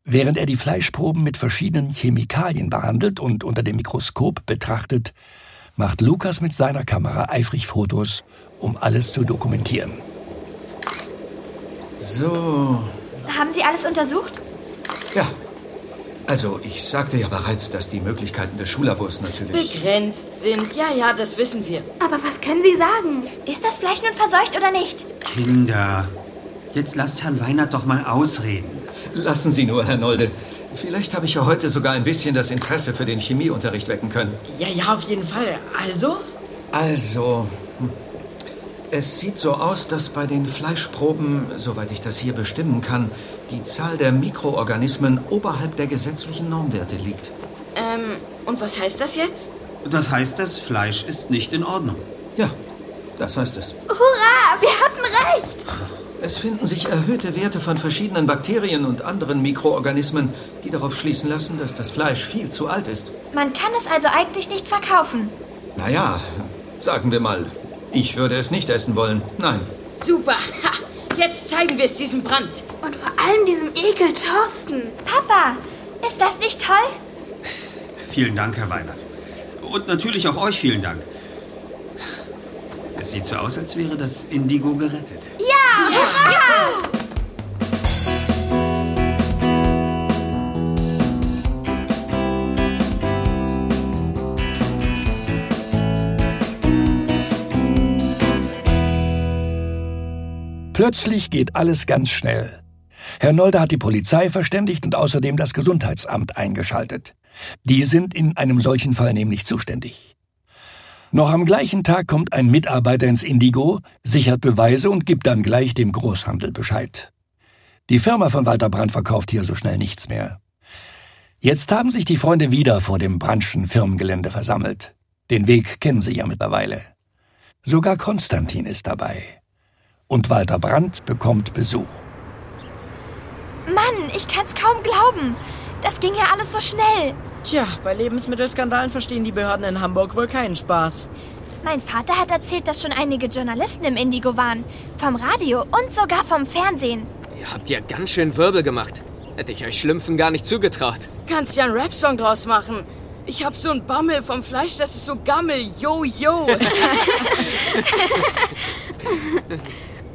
Während er die Fleischproben mit verschiedenen Chemikalien behandelt und unter dem Mikroskop betrachtet, macht Lukas mit seiner Kamera eifrig Fotos, um alles zu dokumentieren. Oh. So. Haben Sie alles untersucht? Ja. Also, ich sagte ja bereits, dass die Möglichkeiten des Schullabors natürlich. Begrenzt sind. Ja, ja, das wissen wir. Aber was können Sie sagen? Ist das Fleisch nun verseucht oder nicht? Kinder, jetzt lasst Herrn Weinert doch mal ausreden. Lassen Sie nur, Herr Nolde. Vielleicht habe ich ja heute sogar ein bisschen das Interesse für den Chemieunterricht wecken können. Ja, ja, auf jeden Fall. Also? Also, hm. es sieht so aus, dass bei den Fleischproben, soweit ich das hier bestimmen kann, die Zahl der Mikroorganismen oberhalb der gesetzlichen Normwerte liegt. Ähm, und was heißt das jetzt? Das heißt, das Fleisch ist nicht in Ordnung. Ja, das heißt es. Ah, Hurra, wir hatten recht! Es finden sich erhöhte Werte von verschiedenen Bakterien und anderen Mikroorganismen, die darauf schließen lassen, dass das Fleisch viel zu alt ist. Man kann es also eigentlich nicht verkaufen. Naja, sagen wir mal, ich würde es nicht essen wollen. Nein. Super. Ha, Jetzt zeigen wir es diesem Brand. Und vor allem diesem Ekel Thorsten. Papa, ist das nicht toll? Vielen Dank, Herr Weinert. Und natürlich auch euch vielen Dank. Es sieht so aus, als wäre das Indigo gerettet. Ja! Hurra! Plötzlich geht alles ganz schnell. Herr Nolde hat die Polizei verständigt und außerdem das Gesundheitsamt eingeschaltet. Die sind in einem solchen Fall nämlich zuständig. Noch am gleichen Tag kommt ein Mitarbeiter ins Indigo, sichert Beweise und gibt dann gleich dem Großhandel Bescheid. Die Firma von Walter Brandt verkauft hier so schnell nichts mehr. Jetzt haben sich die Freunde wieder vor dem Brandschen Firmengelände versammelt. Den Weg kennen sie ja mittlerweile. Sogar Konstantin ist dabei. Und Walter Brandt bekommt Besuch. Mann, ich kann's kaum glauben. Das ging ja alles so schnell. Tja, bei Lebensmittelskandalen verstehen die Behörden in Hamburg wohl keinen Spaß. Mein Vater hat erzählt, dass schon einige Journalisten im Indigo waren. Vom Radio und sogar vom Fernsehen. Ihr habt ja ganz schön Wirbel gemacht. Hätte ich euch Schlümpfen gar nicht zugetraut. Kannst ja einen Rap-Song draus machen. Ich hab so einen Bammel vom Fleisch, das ist so Gammel. Yo, yo.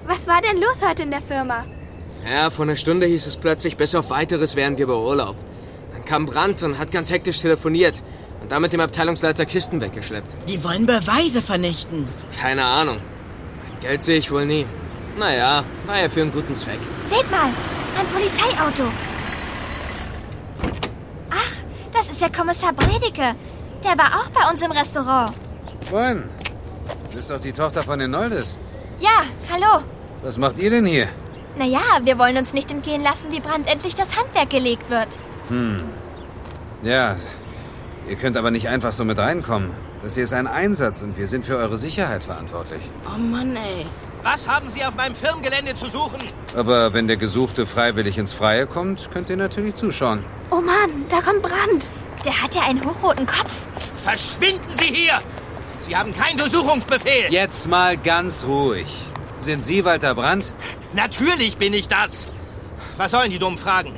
Was war denn los heute in der Firma? Ja, vor einer Stunde hieß es plötzlich, bis auf weiteres wären wir bei Urlaub. Dann kam Brandt und hat ganz hektisch telefoniert und damit dem Abteilungsleiter Kisten weggeschleppt. Die wollen Beweise vernichten. Keine Ahnung. Mein Geld sehe ich wohl nie. Naja, war ja für einen guten Zweck. Seht mal, ein Polizeiauto. Ach, das ist der Kommissar Bredeke. Der war auch bei uns im Restaurant. Moin. Du bist doch die Tochter von den Noldes. Ja, hallo. Was macht ihr denn hier? Naja, wir wollen uns nicht entgehen lassen, wie Brandt endlich das Handwerk gelegt wird. Hm. Ja, ihr könnt aber nicht einfach so mit reinkommen. Das hier ist ein Einsatz und wir sind für eure Sicherheit verantwortlich. Oh Mann, ey. Was haben Sie auf meinem Firmengelände zu suchen? Aber wenn der Gesuchte freiwillig ins Freie kommt, könnt ihr natürlich zuschauen. Oh Mann, da kommt Brand. Der hat ja einen hochroten Kopf. Verschwinden Sie hier! Sie haben keinen Durchsuchungsbefehl! Jetzt mal ganz ruhig. Sind Sie Walter Brandt? Natürlich bin ich das! Was sollen die dummen Fragen?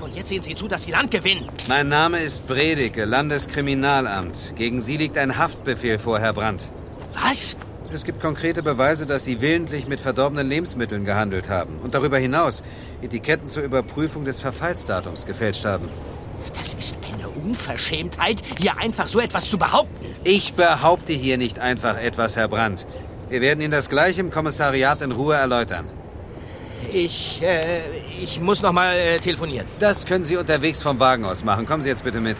Und jetzt sehen Sie zu, dass Sie Land gewinnen. Mein Name ist Bredeke, Landeskriminalamt. Gegen Sie liegt ein Haftbefehl vor, Herr Brandt. Was? Es gibt konkrete Beweise, dass Sie willentlich mit verdorbenen Lebensmitteln gehandelt haben und darüber hinaus Etiketten zur Überprüfung des Verfallsdatums gefälscht haben. Das ist eine Unverschämtheit, hier einfach so etwas zu behaupten. Ich behaupte hier nicht einfach etwas, Herr Brandt. Wir werden Ihnen das gleich im Kommissariat in Ruhe erläutern. Ich, äh, ich muss noch mal äh, telefonieren. Das können Sie unterwegs vom Wagen aus machen. Kommen Sie jetzt bitte mit.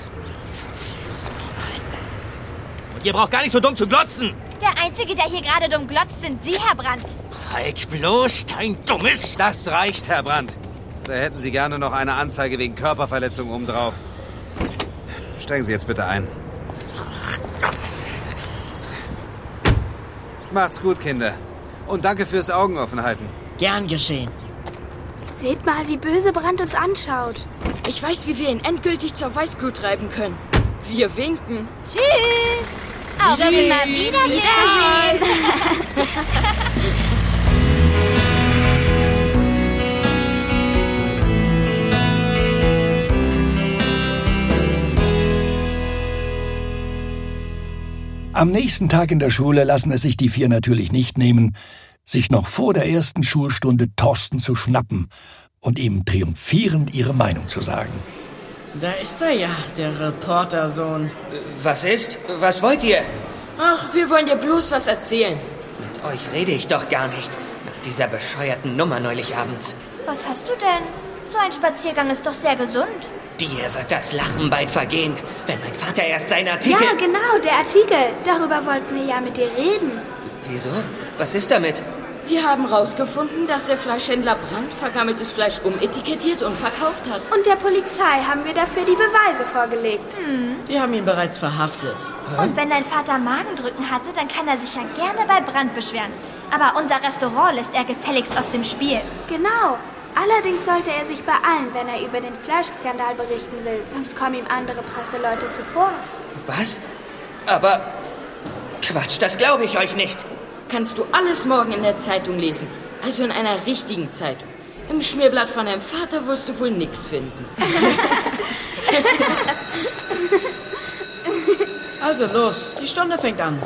Und ihr braucht gar nicht so dumm zu glotzen. Der Einzige, der hier gerade dumm glotzt, sind Sie, Herr Brandt. Halt bloß dein dummes. Das reicht, Herr Brandt. Da hätten Sie gerne noch eine Anzeige wegen Körperverletzung obendrauf. Steigen Sie jetzt bitte ein. Macht's gut, Kinder. Und danke fürs Augen offen halten. Gern geschehen. Seht mal, wie böse Brand uns anschaut. Ich weiß, wie wir ihn endgültig zur Weißglut treiben können. Wir winken. Tschüss. Auf Tschüss. immer wiedersehen. Am nächsten Tag in der Schule lassen es sich die vier natürlich nicht nehmen, sich noch vor der ersten Schulstunde Thorsten zu schnappen und ihm triumphierend ihre Meinung zu sagen. Da ist er ja, der Reportersohn. Was ist? Was wollt ihr? Ach, wir wollen dir bloß was erzählen. Mit euch rede ich doch gar nicht. Nach dieser bescheuerten Nummer neulich abends. Was hast du denn? So ein Spaziergang ist doch sehr gesund. Dir wird das Lachen bald vergehen, wenn mein Vater erst seinen Artikel... Ja, genau, der Artikel. Darüber wollten wir ja mit dir reden. Wieso? Was ist damit? Wir haben rausgefunden, dass der Fleischhändler Brandt vergammeltes Fleisch umetikettiert und verkauft hat. Und der Polizei haben wir dafür die Beweise vorgelegt. Die haben ihn bereits verhaftet. Und wenn dein Vater Magendrücken hatte, dann kann er sich ja gerne bei Brand beschweren. Aber unser Restaurant lässt er gefälligst aus dem Spiel. Genau. Allerdings sollte er sich beeilen, wenn er über den Fleischskandal berichten will, sonst kommen ihm andere Presseleute zuvor. Was? Aber... Quatsch, das glaube ich euch nicht. Kannst du alles morgen in der Zeitung lesen. Also in einer richtigen Zeitung. Im Schmierblatt von deinem Vater wirst du wohl nichts finden. Also los, die Stunde fängt an.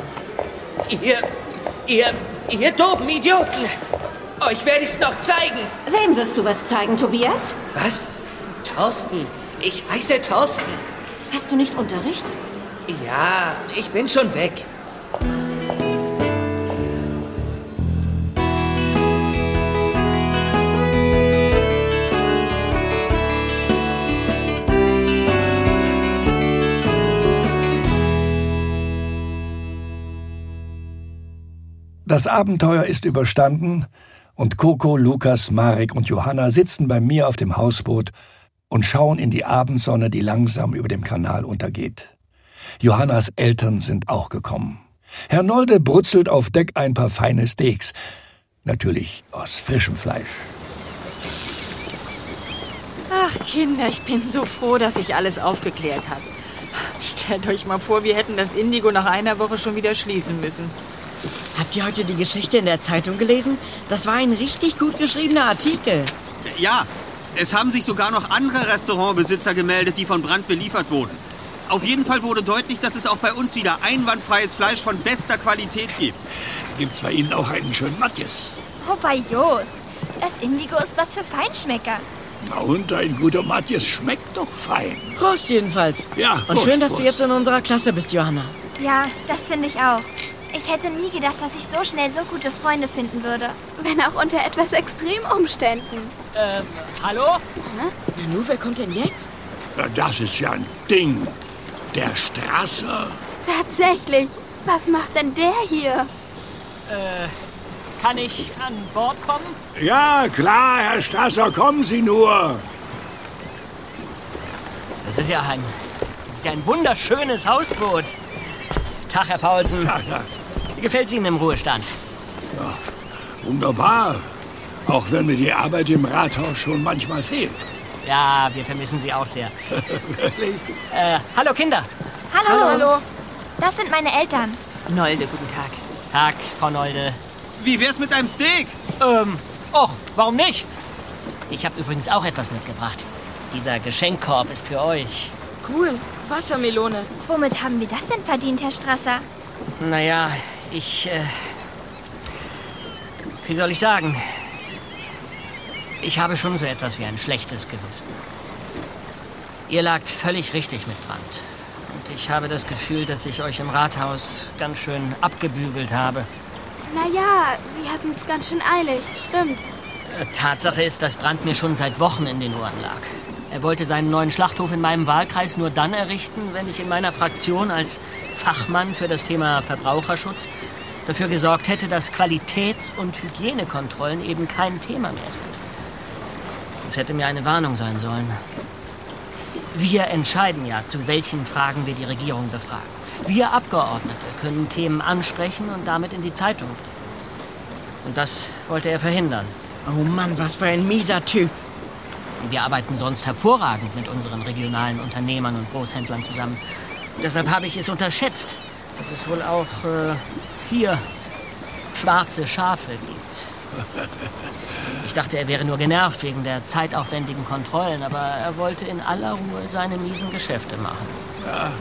Ihr, ihr, ihr doofen Idioten! Euch werde ich's noch zeigen! Wem wirst du was zeigen, Tobias? Was? Thorsten? Ich heiße Thorsten. Hast du nicht Unterricht? Ja, ich bin schon weg. Das Abenteuer ist überstanden und Coco, Lukas, Marek und Johanna sitzen bei mir auf dem Hausboot und schauen in die Abendsonne, die langsam über dem Kanal untergeht. Johannas Eltern sind auch gekommen. Herr Nolde brutzelt auf Deck ein paar feine Steaks. Natürlich aus frischem Fleisch. Ach Kinder, ich bin so froh, dass ich alles aufgeklärt habe. Stellt euch mal vor, wir hätten das Indigo nach einer Woche schon wieder schließen müssen. Habt ihr heute die Geschichte in der Zeitung gelesen? Das war ein richtig gut geschriebener Artikel. Ja, es haben sich sogar noch andere Restaurantbesitzer gemeldet, die von Brand beliefert wurden. Auf jeden Fall wurde deutlich, dass es auch bei uns wieder einwandfreies Fleisch von bester Qualität gibt. Gibt's bei Ihnen auch einen schönen Matjes? Oh, bei Jost. Das Indigo ist was für Feinschmecker. Na und ein guter Matjes schmeckt doch fein. Prost jedenfalls. Ja, Und Prost, schön, dass Prost. du jetzt in unserer Klasse bist, Johanna. Ja, das finde ich auch. Ich hätte nie gedacht, dass ich so schnell so gute Freunde finden würde. Wenn auch unter etwas Extremumständen. Ähm, Äh, Hallo? Na nu, wer kommt denn jetzt? Na, das ist ja ein Ding. Der Strasser. Tatsächlich. Was macht denn der hier? Äh, kann ich an Bord kommen? Ja, klar, Herr Strasser, kommen Sie nur. Das ist ja ein, das ist ja ein wunderschönes Hausboot. Tag, Herr Paulsen. Wie gefällt es Ihnen im Ruhestand? Wunderbar. Auch wenn mir die Arbeit im Rathaus schon manchmal fehlt. Ja, wir vermissen Sie auch sehr. äh, hallo Kinder. Hallo. Hallo. Das sind meine Eltern. Nolde, guten Tag. Tag, Frau Nolde. Wie wär's mit einem Steak? Ähm, och, warum nicht? Ich habe übrigens auch etwas mitgebracht. Dieser Geschenkkorb ist für euch. Cool. Wassermelone. Womit haben wir das denn verdient, Herr Strasser? Naja, ich. Äh, wie soll ich sagen? Ich habe schon so etwas wie ein schlechtes Gewissen. Ihr lagt völlig richtig mit Brand. Und ich habe das Gefühl, dass ich euch im Rathaus ganz schön abgebügelt habe. Naja, sie hatten's ganz schön eilig. Stimmt. Äh, Tatsache ist, dass Brand mir schon seit Wochen in den Ohren lag. Er wollte seinen neuen Schlachthof in meinem Wahlkreis nur dann errichten, wenn ich in meiner Fraktion als Fachmann für das Thema Verbraucherschutz dafür gesorgt hätte, dass Qualitäts- und Hygienekontrollen eben kein Thema mehr sind. Das hätte mir eine Warnung sein sollen. Wir entscheiden ja, zu welchen Fragen wir die Regierung befragen. Wir Abgeordnete können Themen ansprechen und damit in die Zeitung bringen. Und das wollte er verhindern. Oh Mann, was für ein mieser Typ. Wir arbeiten sonst hervorragend mit unseren regionalen Unternehmern und Großhändlern zusammen. Deshalb habe ich es unterschätzt, dass es wohl auch äh, hier schwarze Schafe gibt. Ich dachte, er wäre nur genervt wegen der zeitaufwendigen Kontrollen, aber er wollte in aller Ruhe seine miesen Geschäfte machen. Ja.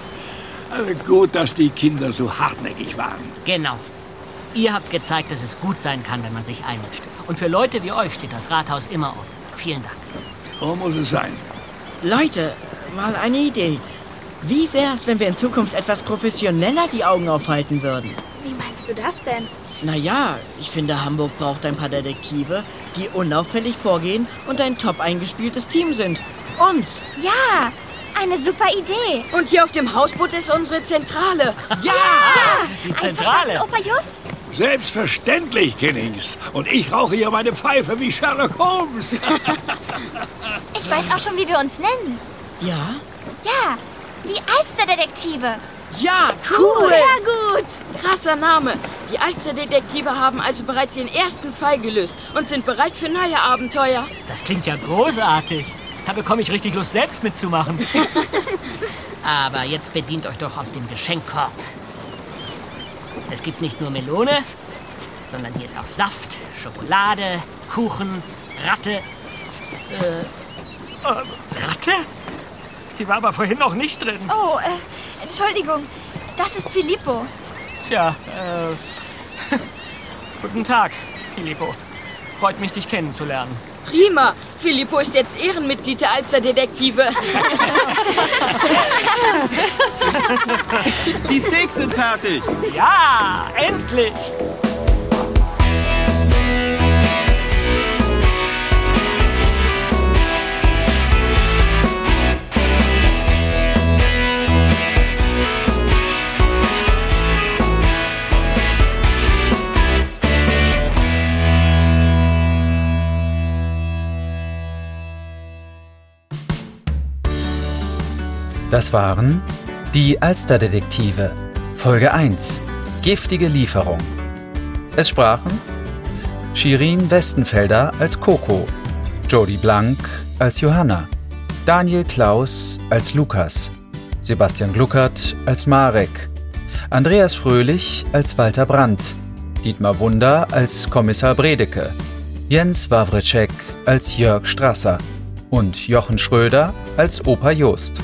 Also gut, dass die Kinder so hartnäckig waren. Genau. Ihr habt gezeigt, dass es gut sein kann, wenn man sich einmischt. Und für Leute wie euch steht das Rathaus immer offen. Vielen Dank. So muss es sein. Leute, mal eine Idee. Wie wär's, wenn wir in Zukunft etwas professioneller die Augen aufhalten würden? Wie meinst du das denn? Naja, ich finde, Hamburg braucht ein paar Detektive, die unauffällig vorgehen und ein top eingespieltes Team sind. Uns! Ja, eine super Idee. Und hier auf dem Hausboot ist unsere Zentrale. Ah! Ja! Die Einverstanden, Opa Just? Selbstverständlich, Kinnings. Und ich rauche hier meine Pfeife wie Sherlock Holmes. Ich weiß auch schon, wie wir uns nennen. Ja? Ja, die Alsterdetektive. Ja, Ja, gut. Krasser Name. Die Alsterdetektive haben also bereits ihren ersten Fall gelöst und sind bereit für neue Abenteuer. Das klingt ja großartig. Da bekomme ich richtig Lust, selbst mitzumachen. Aber jetzt bedient euch doch aus dem Geschenkkorb. Es gibt nicht nur Melone, sondern hier ist auch Saft, Schokolade, Kuchen, Ratte. Äh, Ratte? Die war aber vorhin noch nicht drin. Oh, äh, Entschuldigung. Das ist Filippo. Tja, äh. Guten Tag, Filippo. Freut mich, dich kennenzulernen. Prima. Filippo ist jetzt Ehrenmitglied der Alsterdetektive. Die Steaks sind fertig. Ja, endlich! Das waren die Alsterdetektive Folge 1 Giftige Lieferung. Es sprachen Shirin Westenfelder als Coco, Jodie Blank als Johanna, Daniel Klaus als Lukas, Sebastian Gluckert als Marek, Andreas Fröhlich als Walter Brandt, Dietmar Wunder als Kommissar Bredeke, Jens Wawritschek als Jörg Strasser und Jochen Schröder als Opa Jost.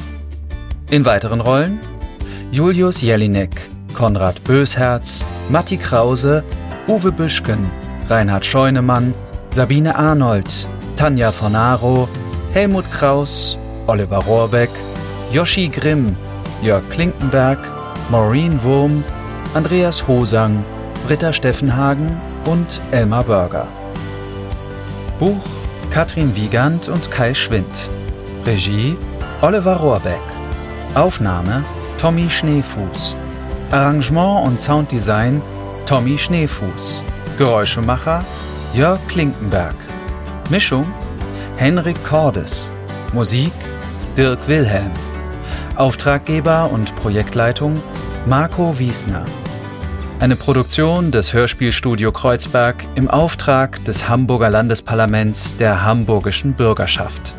In weiteren Rollen Julius Jelinek, Konrad Bösherz, Matti Krause, Uwe Büschken, Reinhard Scheunemann, Sabine Arnold, Tanja Fornaro, Helmut Kraus, Oliver Rohrbeck, Joschi Grimm, Jörg Klinkenberg, Maureen Wurm, Andreas Hosang, Britta Steffenhagen und Elmar Börger. Buch Katrin Wiegand und Kai Schwind. Regie Oliver Rohrbeck. Aufnahme Tommy Schneefuß. Arrangement und Sounddesign Tommy Schneefuß. Geräuschemacher Jörg Klinkenberg. Mischung Henrik Cordes. Musik Dirk Wilhelm. Auftraggeber und Projektleitung Marco Wiesner. Eine Produktion des Hörspielstudio Kreuzberg im Auftrag des Hamburger Landesparlaments der hamburgischen Bürgerschaft.